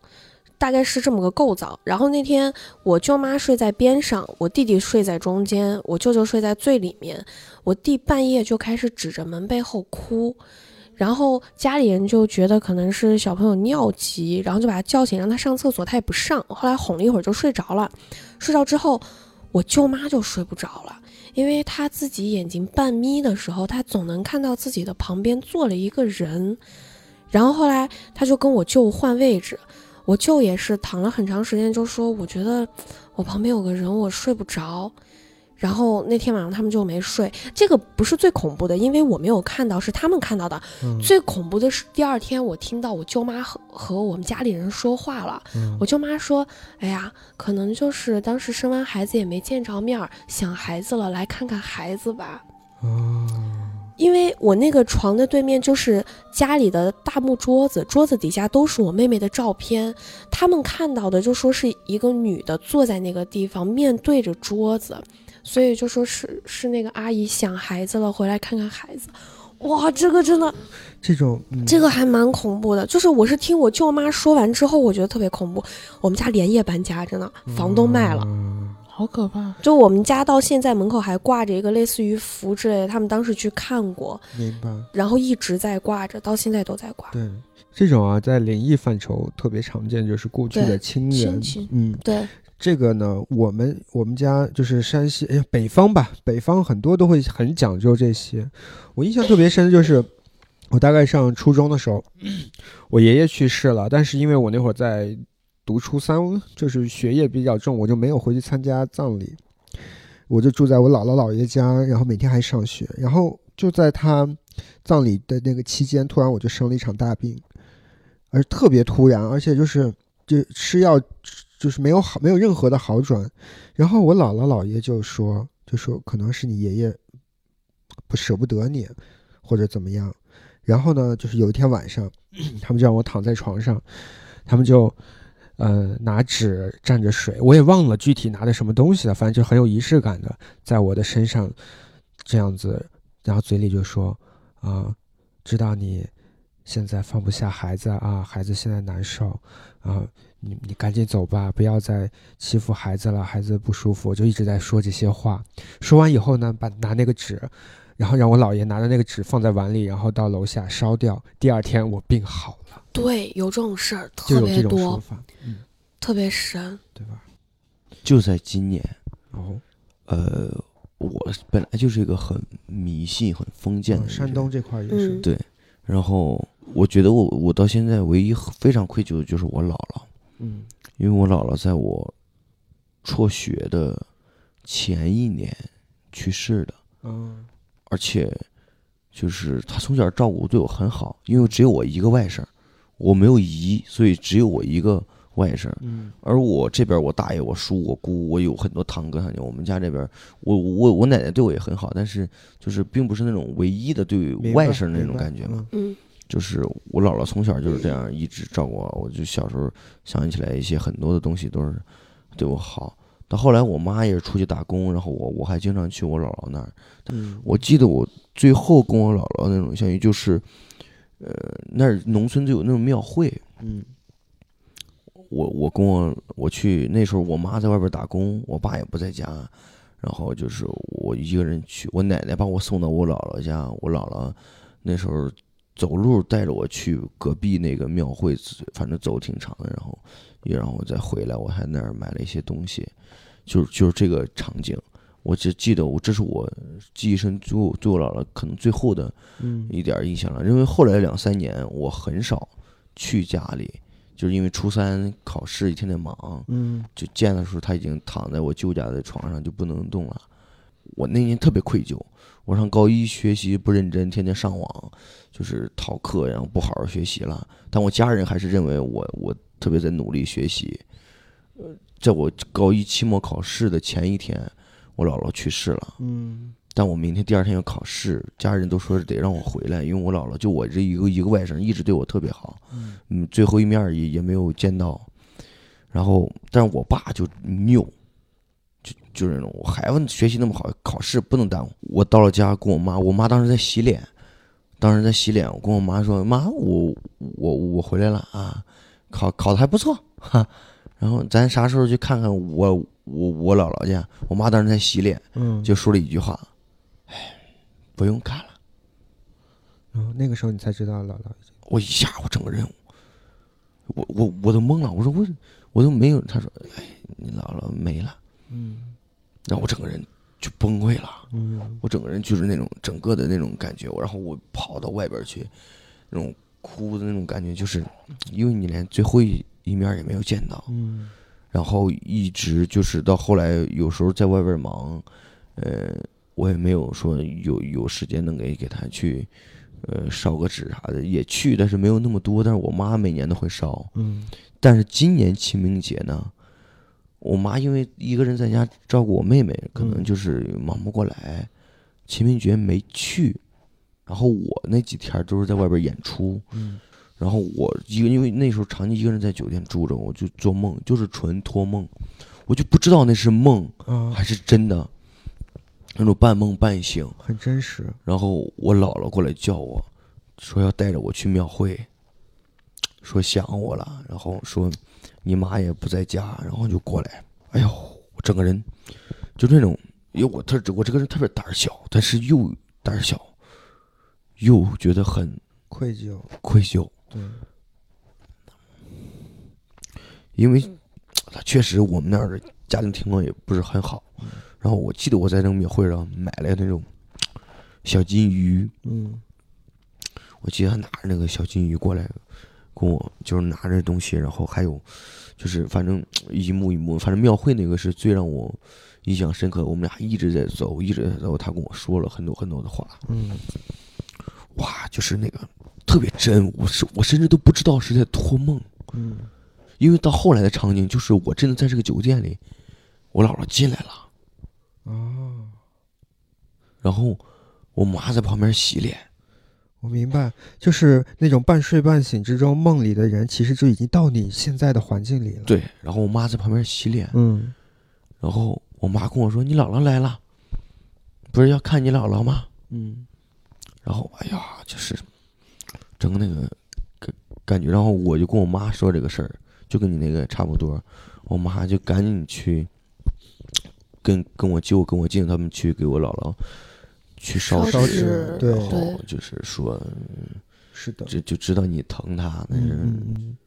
大概是这么个构造。然后那天我舅妈睡在边上，我弟弟睡在中间，我舅舅睡在最里面。我弟半夜就开始指着门背后哭，然后家里人就觉得可能是小朋友尿急，然后就把他叫醒，让他上厕所，他也不上。后来哄了一会儿就睡着了，睡着之后，我舅妈就睡不着了，因为她自己眼睛半眯的时候，她总能看到自己的旁边坐了一个人。然后后来她就跟我舅换位置，我舅也是躺了很长时间，就说我觉得我旁边有个人，我睡不着。然后那天晚上他们就没睡，这个不是最恐怖的，因为我没有看到，是他们看到的。
嗯
最恐怖的是第二天，我听到我舅妈和和我们家里人说话了。
嗯
我舅妈说：“哎呀，可能就是当时生完孩子也没见着面儿，想孩子了，来看看孩子吧。
哦，”
因为我那个床的对面就是家里的大木桌子，桌子底下都是我妹妹的照片。他们看到的就说是一个女的坐在那个地方，面对着桌子，所以就说是是那个阿姨想孩子了，回来看看孩子。哇，这个真的
这种、嗯、
这个还蛮恐怖的，就是我是听我舅妈说完之后，我觉得特别恐怖。我们家连夜搬家，真的，房东卖了，？”
好好可怕！
就我们家到现在门口还挂着一个类似于符之类的，他们当时去看过，
明白。
然后一直在挂着，到现在都在挂。
对，这种啊，在灵异范畴特别常见，就是故去的
对
亲
亲
人。
戚
嗯，
对，
这个呢，我们我们家就是山西，哎呀，北方吧，北方很多都会很讲究这些。我印象特别深的就是，我大概上初中的时候，我爷爷去世了，但是因为我那会儿在读初三，就是学业比较重，我就没有回去参加葬礼，我就住在我姥姥姥爷家，然后每天还上学，然后就在他葬礼的那个期间，突然我就生了一场大病，而特别突然，而且就是就吃药就是没有好，没有任何的好转。然后我姥姥姥爷就说，就说可能是你爷爷不舍不得你，或者怎么样。然后呢，就是有一天晚上，他们就让我躺在床上，他们就呃拿纸蘸着水，我也忘了具体拿的什么东西了，反正就很有仪式感的，在我的身上这样子，然后嘴里就说啊、知道你现在放不下孩子啊，孩子现在难受啊、你你赶紧走吧，不要再欺负孩子了，孩子不舒服。我就一直在说这些话。说完以后呢，把拿那个纸，然后让我姥爷拿着那个纸放在碗里，然后到楼下烧掉。第二天我病好了，
对，有这种事儿
就
特
有这
别
种说
多，
法，
特别神。
对吧？
就在今年，
哦，
呃，我本来就是一个很迷信、很封建的
嗯
人
山东这块也是，
嗯，
对然后我觉得我我到现在唯一非常愧疚的就是我姥姥，
嗯
因为我姥姥在我辍学的前一年去世的，
嗯
而且就是她从小照顾对我很好，因为只有我一个外甥，我没有姨，所以只有我一个外甥。
嗯
而我这边，我大爷、我叔、我姑，我有很多堂哥堂姐。我们家这边，我我我奶奶对我也很好，但是就是并不是那种唯一的对
明白
外甥那
明
种
白
感觉嘛。
嗯
嗯，
就是我姥姥从小就是这样一直照顾我，我就小时候想起来一些很多的东西都是对我好。到后来我妈也是出去打工，然后我我还经常去我姥姥那儿。
嗯
我记得我最后跟我姥姥那种相遇就是，呃，那儿农村就有那种庙会，
嗯
我我跟我我去那时候我妈在外边打工，我爸也不在家，然后就是我一个人去，我奶奶把我送到我姥姥家，我姥姥那时候走路带着我去隔壁那个庙会，反正走挺长的，然后也让我再回来，我还那儿买了一些东西，就是就是这个场景，我只记得我这是我记忆深最后对我姥姥可能最后的
嗯
一点儿印象了，因为后来两三年我很少去家里，就是因为初三考试天天忙，
嗯
就见的时候他已经躺在我舅家的床上就不能动了。我那年特别愧疚，我上高一学习不认真，天天上网，就是逃课，然后不好好学习了。但我家人还是认为我我特别在努力学习。呃，在我高一期末考试的前一天，我姥姥去世了。
嗯
但我明天第二天要考试，家人都说是得让我回来，因为我姥姥就我这一个一个外甥，一直对我特别好，
嗯
嗯，最后一面儿也也没有见到。然后，但是我爸就拗，就就是那种我孩子学习那么好，考试不能耽误。我到了家跟我妈，我妈当时在洗脸，当时在洗脸，我跟我妈说：“妈，我我我回来了啊，考考的还不错哈。”然后咱啥时候去看看我我我姥姥去？啊我妈当时在洗脸。
嗯，
就说了一句话：“哎，不用看了。
然后那个时候你才知道姥姥已经”
我一下我整个人，我我我都懵了，我说我我都没有。他说：“哎，你姥姥没了。”
嗯
然后我整个人就崩溃了，
嗯
我整个人就是那种整个的那种感觉，然后我跑到外边去，那种哭的那种感觉，就是因为你连最后一一面也没有见到，
嗯
然后一直就是到后来，有时候在外边忙，呃，我也没有说有有时间能给给他去，呃，烧个纸啥的，也去，但是没有那么多。但是我妈每年都会烧，
嗯
但是今年清明节呢，我妈因为一个人在家照顾我妹妹，可能
嗯
就是忙不过来，清明节没去。然后我那几天都是在外边演出，
嗯
然后我一个，因为那时候长期一个人在酒店住着，我就做梦，就是纯托梦，我就不知道那是梦
啊
还，是真的，那种半梦半醒。
很真实，
然后我姥姥过来叫我，说要带着我去庙会，说想我了，然后说你妈也不在家，然后就过来。哎呦，我整个人就那种，因为我特我这个人特别胆儿小，但是又胆儿小，又觉得很
愧疚，
愧疚，
对，
因为他确实我们那儿的家庭情况也不是很好。然后我记得我在那个庙会上买了那种小金鱼，
嗯
我记得他拿着那个小金鱼过来，跟我就是拿着东西，然后还有就是反正一幕一幕，反正庙会那个是最让我印象深刻。我们俩一直在走，一直在走，他跟我说了很多很多的话，
嗯
哇，就是那个特别真，我是我甚至都不知道是在托梦，
嗯
因为到后来的场景就是我真的在这个酒店里，我姥姥进来了，
哦，
然后我妈在旁边洗脸，
我明白，就是那种半睡半醒之中梦里的人，其实就已经到你现在的环境里了。，
对，然后我妈在旁边洗脸，
嗯
然后我妈跟我说：“你姥姥来了，不是要看你姥姥吗
嗯？”
然后哎呀，就是整个那个感感觉，然后我就跟我妈说这个事儿，就跟你那个差不多。我妈就赶紧去跟跟我舅、跟我舅他们去给我姥姥去烧
烧纸
对
然后
对
就是说
是的，
就就知道你疼她，但是
嗯嗯嗯。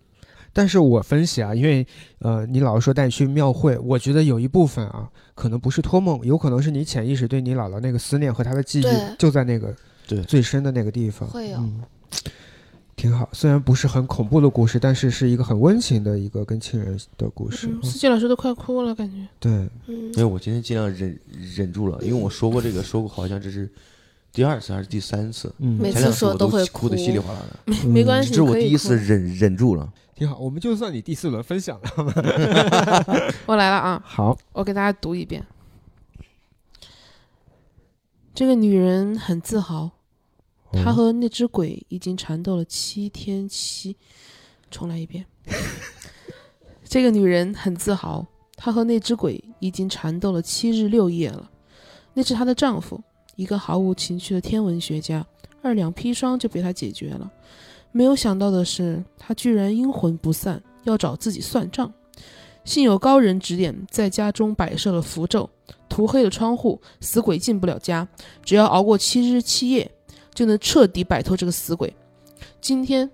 但是我分析啊，因为呃，你姥姥说带你去庙会，我觉得有一部分啊，可能不是托梦，有可能是你潜意识对你姥姥那个思念和她的记忆
对
就在那个
对
最深的那个地方。
会有
嗯，挺好。虽然不是很恐怖的故事，但是是一个很温情的一个跟亲人的故事。
嗯，
嗯
思琪老师都快哭了，感觉
对，
嗯
因为我今天尽量忍忍住了，因为我说过这个，说过好像这是第二次还是第三次。
嗯
没每
前
次
两
说
我
都会
哭的
哭
稀里哗啦的，
没关系，
这是我
可以
第一次
哭
忍忍住了。
挺好。我们就算你第四轮分享了。
我来了啊，
好，
我给大家读一遍。这个女人很自豪，她和那只鬼已经缠斗了七天七。重来一遍。 这个女人很自豪，她和那只鬼已经缠斗了七日六夜了。那是她的丈夫，一个毫无情趣的天文学家，二两砒霜就被她解决了。没有想到的是，她居然阴魂不散，要找自己算账。幸有高人指点，在家中摆设了符咒，涂黑了窗户，死鬼进不了家。只要熬过七日七夜，就能彻底摆脱这个死鬼。今天，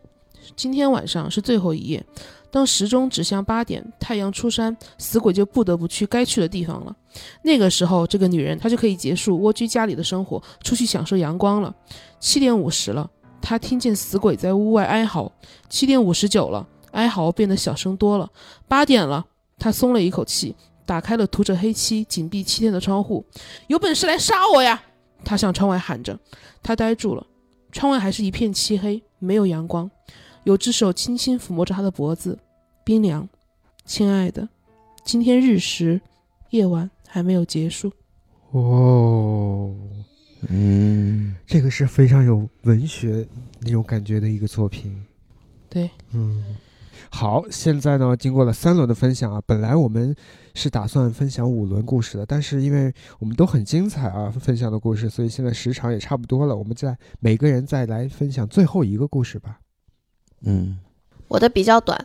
今天晚上是最后一夜。当时钟指向八点，太阳出山，死鬼就不得不去该去的地方了。那个时候，这个女人她就可以结束蜗居家里的生活，出去享受阳光了。七点五十了，她听见死鬼在屋外哀嚎。七点五十九了，哀嚎变得小声多了。八点了，他松了一口气，打开了涂着黑漆、紧闭七天的窗户。有本事来杀我呀！他向窗外喊着。他呆住了，窗外还是一片漆黑，没有阳光。有只手轻轻抚摸着他的脖子，冰凉。亲爱的，今天日食，夜晚还没有结束。
哦，
嗯，
这个是非常有文学那种感觉的一个作品。
对，
嗯。好，现在呢，经过了三轮的分享啊，本来我们是打算分享五轮故事的，但是因为我们都很精彩啊，分享的故事，所以现在时长也差不多了，我们再每个人再来分享最后一个故事吧。
嗯，
我的比较短，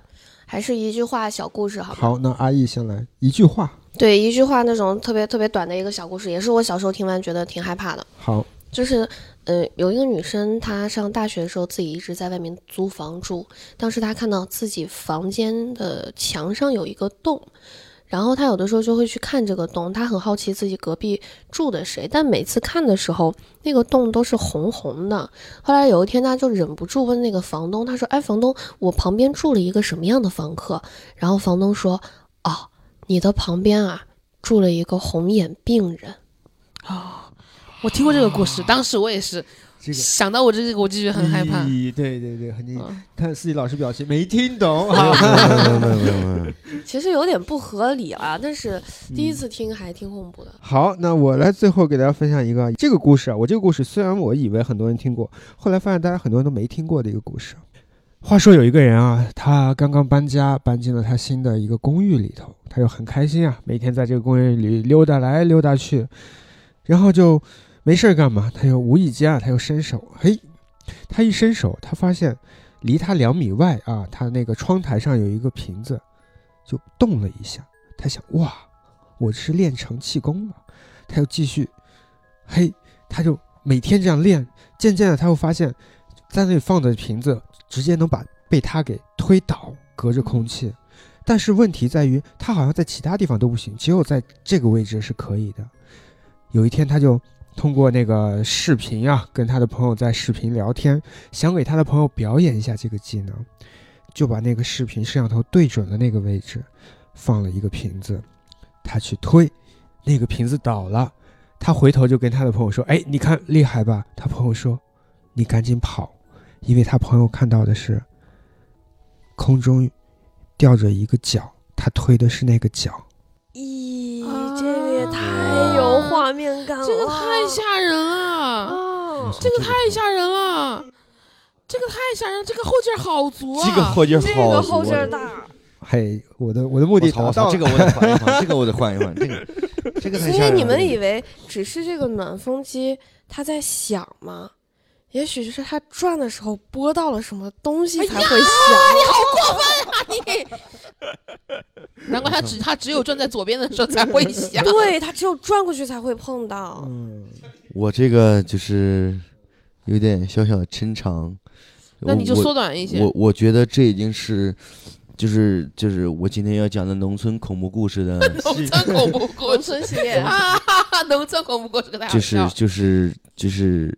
还是一句话小故事好吗？
好，那阿义先来一句话。
对，一句话那种特别特别短的一个小故事，也是我小时候听完觉得挺害怕的。
好，
就是，呃，有一个女生，她上大学的时候自己一直在外面租房住。当时她看到自己房间的墙上有一个洞，然后她有的时候就会去看这个洞，她很好奇自己隔壁住的谁，但每次看的时候，那个洞都是红红的。后来有一天，她就忍不住问那个房东，她说：“哎，房东，我旁边住了一个什么样的房客？”然后房东说：“哦，你的旁边啊，住了一个红眼病人。”
啊、我听过这个故事，当时我也是
这个
想到我这个，我就觉得很害怕。
咦对对对，你
嗯
看四季老师表情没听懂
没有
啊。
没有没有没有没有，
其实有点不合理啦，但是第
嗯
一次听还挺恐怖的。
好，那我来最后给大家分享一个这个故事啊。我这个故事虽然我以为很多人听过，后来发现大家很多人都没听过的一个故事。话说有一个人啊，他刚刚搬家，搬进了他新的一个公寓里头，他就很开心啊，每天在这个公寓里溜达来溜达去，然后就没事儿干嘛，他就无意间啊，他就伸手，嘿，他一伸手，他发现离他两米外啊，他那个窗台上有一个瓶子，就动了一下，他想哇，我是练成气功了。他又继续，嘿，他就每天这样练，渐渐的他又发现，在那里放的瓶子直接能把被他给推倒，隔着空气。但是问题在于，他好像在其他地方都不行，只有在这个位置是可以的。有一天，他就通过那个视频啊，跟他的朋友在视频聊天，想给他的朋友表演一下这个技能，就把那个视频摄像头对准了那个位置，放了一个瓶子，他去推，那个瓶子倒了，他回头就跟他的朋友说：“哎，你看厉害吧？”他朋友说：“你赶紧跑，因为他朋友看到的是空中吊着一个脚，他推的是那个脚。”
咦，
啊
这个也太有画面感了，
这个太吓人了，
啊！
这个太吓人了，这个太吓人，这个后劲儿好足啊！
这个后劲儿
这
好
个
足
后劲
啊
儿大，
嘿，我的我的目
我
的
操！我
达
操
到
这
了。
个我得换一换，这个我得换一换，这个这个太
因
吓
为
人
你
了
们以为只是这个暖风机它在响吗？也许是它转的时候拨到了什么东西才会响。啊
难怪 他只他只有转在左边的时候才会 响。
对，它只有转过去才会碰到。
嗯，
我这个就是有点小小的抻长，
那你就
我
缩短一些
我。我觉得这已经是，就是就是我今天要讲的农村恐怖故事的，
农村恐怖故
农
事
村系列，
啊，农村恐怖故事可太好
就
笑
是
了。
就是就是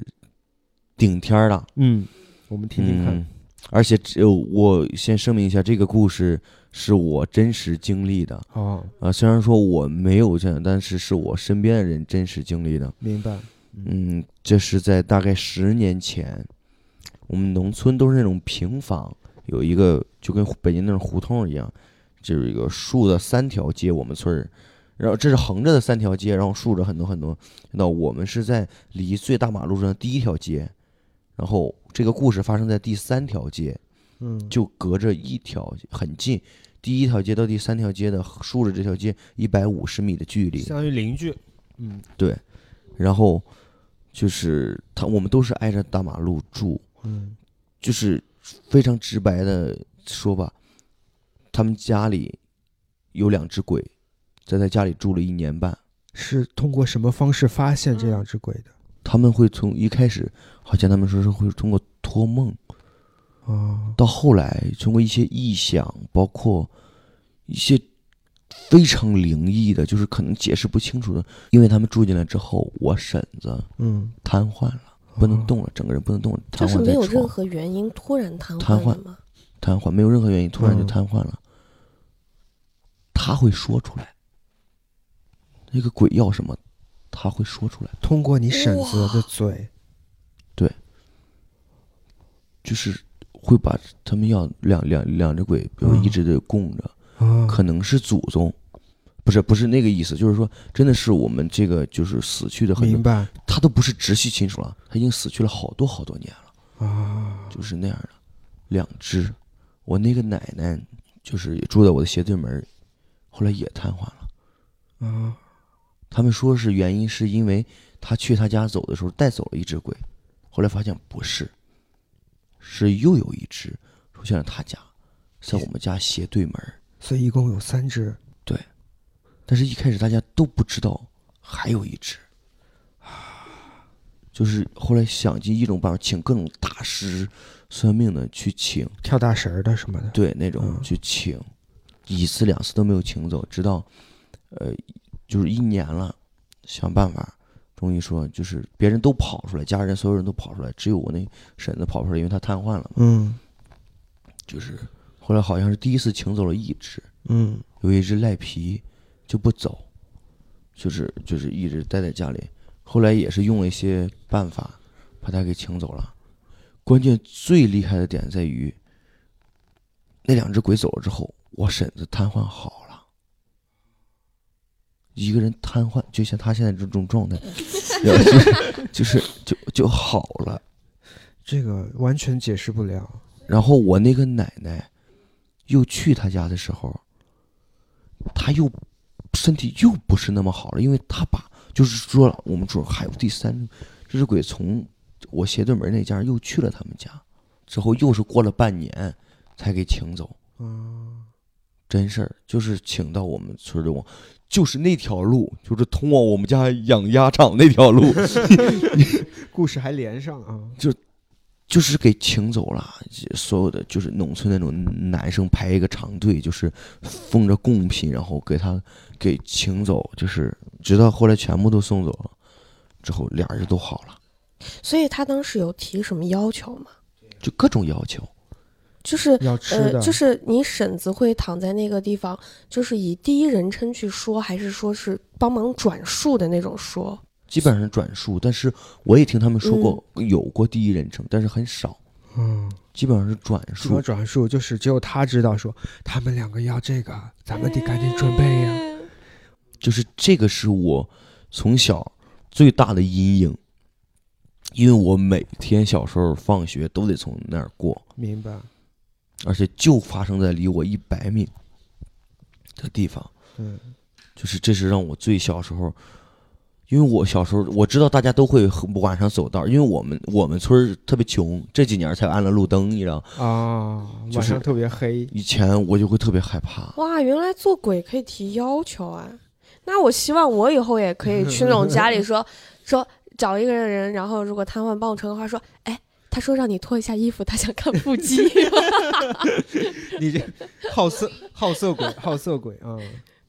顶天儿了，
嗯，我们听听看。
嗯。而且只有我先声明一下，这个故事是我真实经历的
哦，
啊，虽然说我没有这样，但是是我身边的人真实经历的。
明白。
嗯，这是在大概十年前，我们农村都是那种平房，有一个就跟北京那种胡同一样，就是一个竖的三条街，我们村儿，然后这是横着的三条街，然后竖着很多很多。那我们是在离最大马路上的第一条街，然后这个故事发生在第三条街，
嗯，
就隔着一条很近，第一条街到第三条街的竖着这条街一百五十米的距离，
相当于邻居。嗯
然后就是他，我们都是挨着大马路住，
嗯
就是非常直白的说吧，他们家里有两只鬼，在他家里住了一年半。
是通过什么方式发现这两只鬼的？
他们会从一开始，好像他们说是会通过托梦，
哦，
到后来通过一些臆想，包括一些非常灵异的，就是可能解释不清楚的，因为他们住进来之后，我婶子
嗯，
瘫痪了，不能
哦
动了，整个人不能动了，
就
瘫
是
痪
没
在
有
床
任。何原因突然瘫
瘫
痪
痪
的吗？
瘫痪，没有任何原因，突然就
嗯
瘫痪了。他会说出来，那个鬼要什么，他会说出来。
通过你婶子的嘴。
就是会把他们要两两两只鬼，比如
嗯
一直的供着，
啊，
可能是祖宗，不是不是那个意思，就是说真的是我们这个就是死去的很
明
多，
白
他都不是直系亲属了，他已经死去了好多好多年了，
啊。
就是那样的两只。我那个奶奶就是也住在我的斜对门儿，后来也瘫痪了。
啊，
他们说是原因是因为他去他家走的时候带走了一只鬼，后来发现不是，是又有一只出现了他家，在我们家斜对门儿。
所以一共有三只。
但是一开始大家都不知道还有一只，就是后来想尽一种办法，请各种大师算命的去请，
跳大神儿的什么的，
对那种
嗯
去请，一次两次都没有请走，直到，呃，就是一年了，想办法，终于说就是别人都跑出来，家人所有人都跑出来，只有我那婶子跑出来，因为她瘫痪了嘛，
嗯
就是后来好像是第一次请走了一只，
嗯，
有一只赖皮就不走，就是就是一直待在家里，后来也是用了一些办法把它给请走了。关键最厉害的点在于，那两只鬼走了之后，我婶子瘫痪好了，一个人瘫痪，就像她现在这种状态， 然后就就是就就好了。
这个完全解释不了。
然后我那个奶奶又去她家的时候，她又身体又不是那么好了，因为她把就是说了，我们说还有第三这只鬼从我斜对门那家又去了他们家，之后又是过了半年才给请走。
嗯，
真事儿，就是请到我们村儿的网，就是那条路，就是通往我们家养鸭场那条路，
故事还连上啊，
就是给请走了。所有的就是农村那种男生排一个长队，就是奉着贡品，然后给他给请走，就是直到后来全部都送走了，之后俩人都好了，
所以他当时有提什么要求吗？
就各种要求。
就是
要吃
呃
的，，
就是你婶子会躺在那个地方，就是以第一人称去说，还是说是帮忙转述的那种说？
基本上转述，但是我也听他们说过、有过第一人称，但是很少，
嗯，
基本上是转
什么
述。
转述，就是只有他知道说他们两个要这个，咱们得赶紧准备呀。
哎
就是这个是我从小最大的阴影，因为我每天小时候放学都得从那儿过，
明白，
而且就发生在离我一百米的地方。
嗯，
就是这是让我最小时候，因为我小时候我知道大家都会很晚上走道，因为我们我们村儿特别穷，这几年才安了路灯，你知道，
啊，
就
晚
是
上特别黑，
以前我就会特别害怕。
哇，原来做鬼可以提要求啊！那我希望我以后也可以去那种家里 说说找一个人，然后如果瘫痪帮我传个话，说哎，他说让你脱一下衣服，他想看腹 肌。
你这好色好色鬼，好色鬼啊！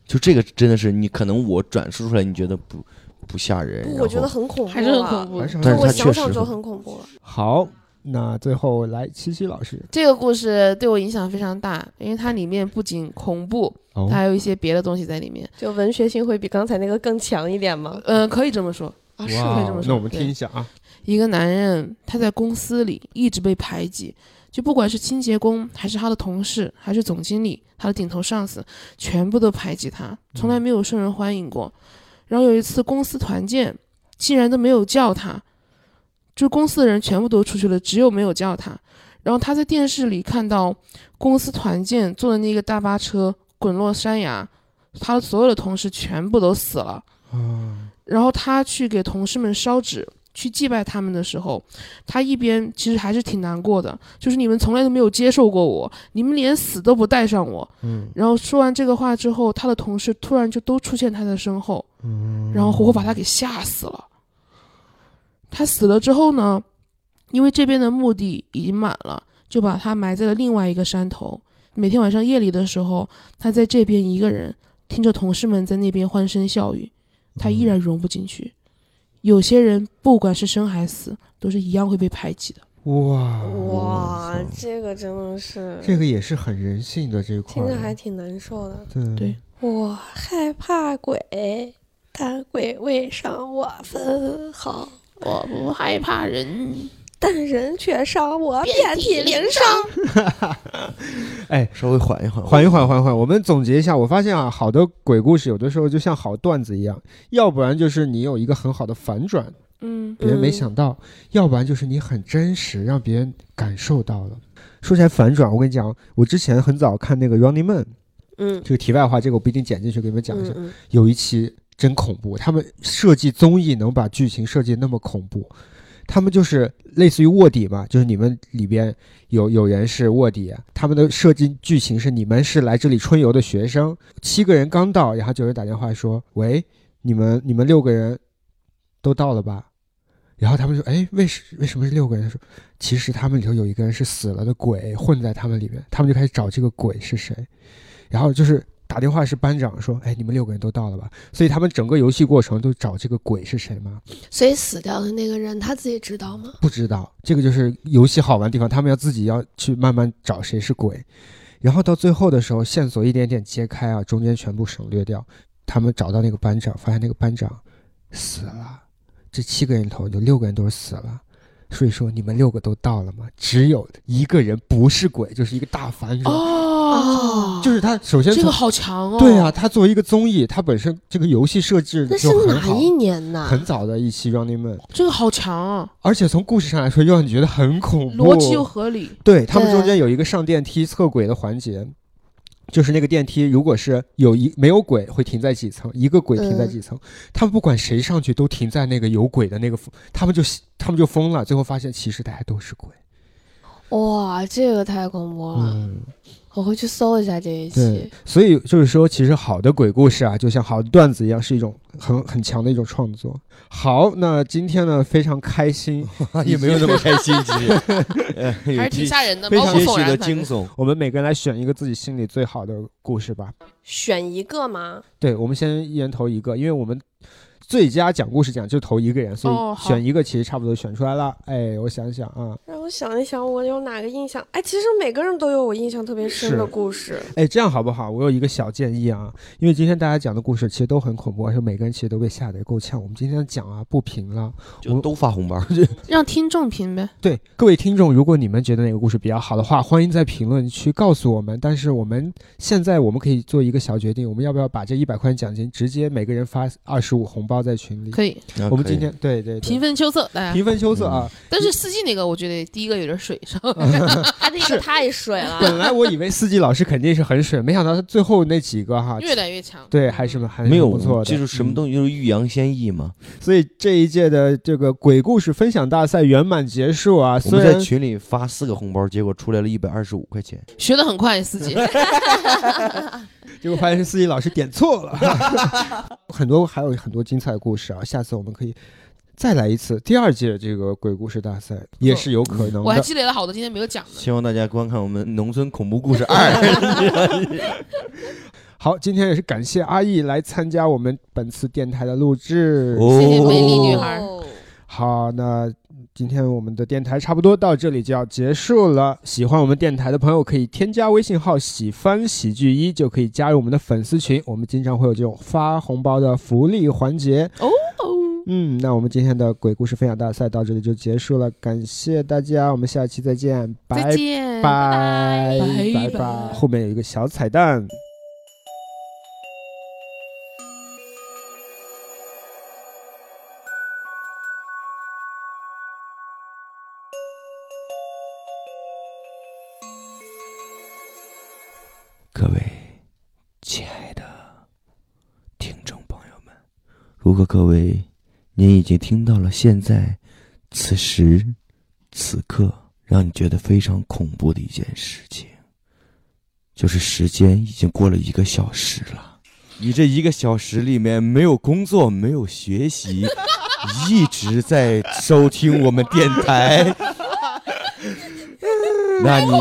就这个真的是你，可能我转述出来，你觉得不不吓人，
哎
不
然
我觉
后
得很恐怖了，
还是很恐怖
还。是
但是
我
他
想
确
想
实
就
会
很恐怖了。
好，那最后来七七老师，
这个故事对我影响非常大，因为它里面不仅恐怖，
哦
它还有一些别的东西在里面。
就文学性会比刚才那个更强一点吗？
嗯、可以这么说。
啊，是
可以
哇哦
这么，说
那我们听一下啊，
一个男人他在公司里一直被排挤，就不管是清洁工，还是他的同事，还是总经理，他的顶头上司，全部都排挤他，从来没有受人欢迎过。然后有一次公司团建，竟然都没有叫他，就公司的人全部都出去了，只有没有叫他。然后他在电视里看到公司团建坐的那个大巴车滚落山崖，他的所有的同事全部都死了。
啊，
然后他去给同事们烧纸，去祭拜他们的时候，他一边其实还是挺难过的，就是你们从来都没有接受过我，你们连死都不带上我。
嗯
然后说完这个话之后，他的同事突然就都出现他的身后，
嗯，
然后活活把他给吓死了。他死了之后呢，因为这边的墓地已经满了，就把他埋在了另外一个山头。每天晚上夜里的时候，他在这边一个人听着同事们在那边欢声笑语，
嗯
他依然融不进去。有些人不管是生还死，都是一样会被排挤的。
哇
哇，这个真的是
嗯这个也是很人性的这一块
听
儿，
着还挺难受的。
对
对
我害怕鬼，但鬼未伤我分毫，
我不害怕人，
但人却伤我遍体鳞伤。
稍微缓一缓，
缓一缓，缓一缓。我们总结一下，我发现啊，好的鬼故事有的时候就像好段子一样，要不然就是你有一个很好的反转，
嗯，
别人没
嗯
想到；要不然就是你很真实，让别人感受到了。说起来反转，我跟你讲，我之前很早看那个《Running Man》，
嗯，
这个题外话，这个我不一定剪进去给你们讲一下。
嗯
有一期真恐怖，他们设计综艺能把剧情设计那么恐怖，他们就是类似于卧底嘛，就是你们里边有有人是卧底，啊他们的设计剧情是你们是来这里春游的学生，七个人刚到，然后就有人打电话说，喂，你们你们六个人都到了吧？然后他们说：“哎，为什为什么是六个人？”他说：“其实他们里头有一个人是死了的鬼，混在他们里面。他们就开始找这个鬼是谁。然后就是打电话是班长说：‘哎，你们六个人都到了吧？’所以他们整个游戏过程都找这个鬼是谁吗？
所以死掉的那个人他自己知道吗？
不知道。这个就是游戏好玩的地方，他们要自己要去慢慢找谁是鬼。然后到最后的时候，线索一点点揭开啊，中间全部省略掉。他们找到那个班长，发现那个班长死了。这七个人里头有六个人都是死了，所以说你们六个都到了吗？只有一个人不是鬼，就是一个大反转。
哦，
就是他首先
这个
从
好强哦。
对啊，，他作为一个综艺，他本身这个游戏设置
那是
就很
哪
好，
一年啊呐？
很早的一期 Running Man，
这个好强啊，
而且从故事上来说，又让你觉得很恐怖，
逻辑又合理。
对他们
对
中间有一个上电梯测轨的环节，就是那个电梯如果是有一没有鬼会停在几层，一个鬼停在几层，
嗯
他们不管谁上去都停在那个有鬼的那个附，他们就他们就疯了，最后发现其实大家都是鬼。
哇，这个太恐怖了！
嗯，
我会去搜一下这一
对
嗯
期。，
所以就是说，其实好的鬼故事啊，就像好的段子一样，是一种很很强的一种创作。好，那今天呢，非常开心，
嗯
也没有那么开心，其 实呃
还
有
是挺
些
吓人的，
非
毛
常
骨
有
悚
许
然
的
啊反正。
惊悚。
我们每个人来选一个自己心里最好的故事吧。
选一个吗？
对，我们先一人投一个，因为我们最佳讲故事奖就投一个人，所
哦
以
好
选一个其实差不多选出来了。哎，我想想啊，
让我想一想，我有哪个印象？哎，其实每个人都有我印象特别深
是
的故事。
哎，这样好不好？我有一个小建议啊，因为今天大家讲的故事其实都很恐怖，而且每个人其实都被吓得够呛。我们今天讲啊不平了。
就都发红包，
让听众评呗。
对各位听众，如果你们觉得哪个故事比较好的话，欢迎在评论区告诉我们。但是我们现在我们可以做一个小决定，我们要不要把这一百块钱奖金直接每个人发二十五红包在群里？
可以
啊
我们
可以
今天对对对
平分秋色，大家。
平分秋色啊！
但是司机那个，我觉得第一个有点水，稍微
他这个太水
嗯
了
本来我以为司机老师肯定是很水，没想到他最后那几个哈，
越来越强。
对还是还是
没有
不错的，嗯
就是什么
都。
东西就是欲扬先抑嘛。
所以这一届的这个鬼故事分享大赛圆满结束啊！
我
虽
们在
然
群里发四个红包，结果出来了一百二十五块钱。
学的很快，司机。
结果发现是司机老师点错了， 很多还有很多精彩的故事啊！下次我们可以再来一次第二届这个鬼故事大赛，也是有可能
哦我还
的。
积累了好多今天没有讲的。
希望大家观看我们《农村恐怖故事二》
好，今天也是感谢阿易来参加我们本次电台的录制。
哦。
谢谢美丽女孩
哦
好，那今天我们的电台差不多到这里就要结束了。喜欢我们电台的朋友可以添加微信号“喜欢喜剧一”，就可以加入我们的粉丝群。我们经常会有这种发红包的福利环节。
哦，
嗯，那我们今天的鬼故事分享大赛到这里就结束了，感谢大家，我们下期再见，拜
再
拜
见。拜
拜
拜
拜。后面有一个小彩蛋。
各位亲爱的听众朋友们，如果各位您已经听到了现在此时此刻让你觉得非常恐怖的一件事情，就是时间已经过了一个小时了。你这一个小时里面没有工作，没有学习，一直在收听我们电台。 那你。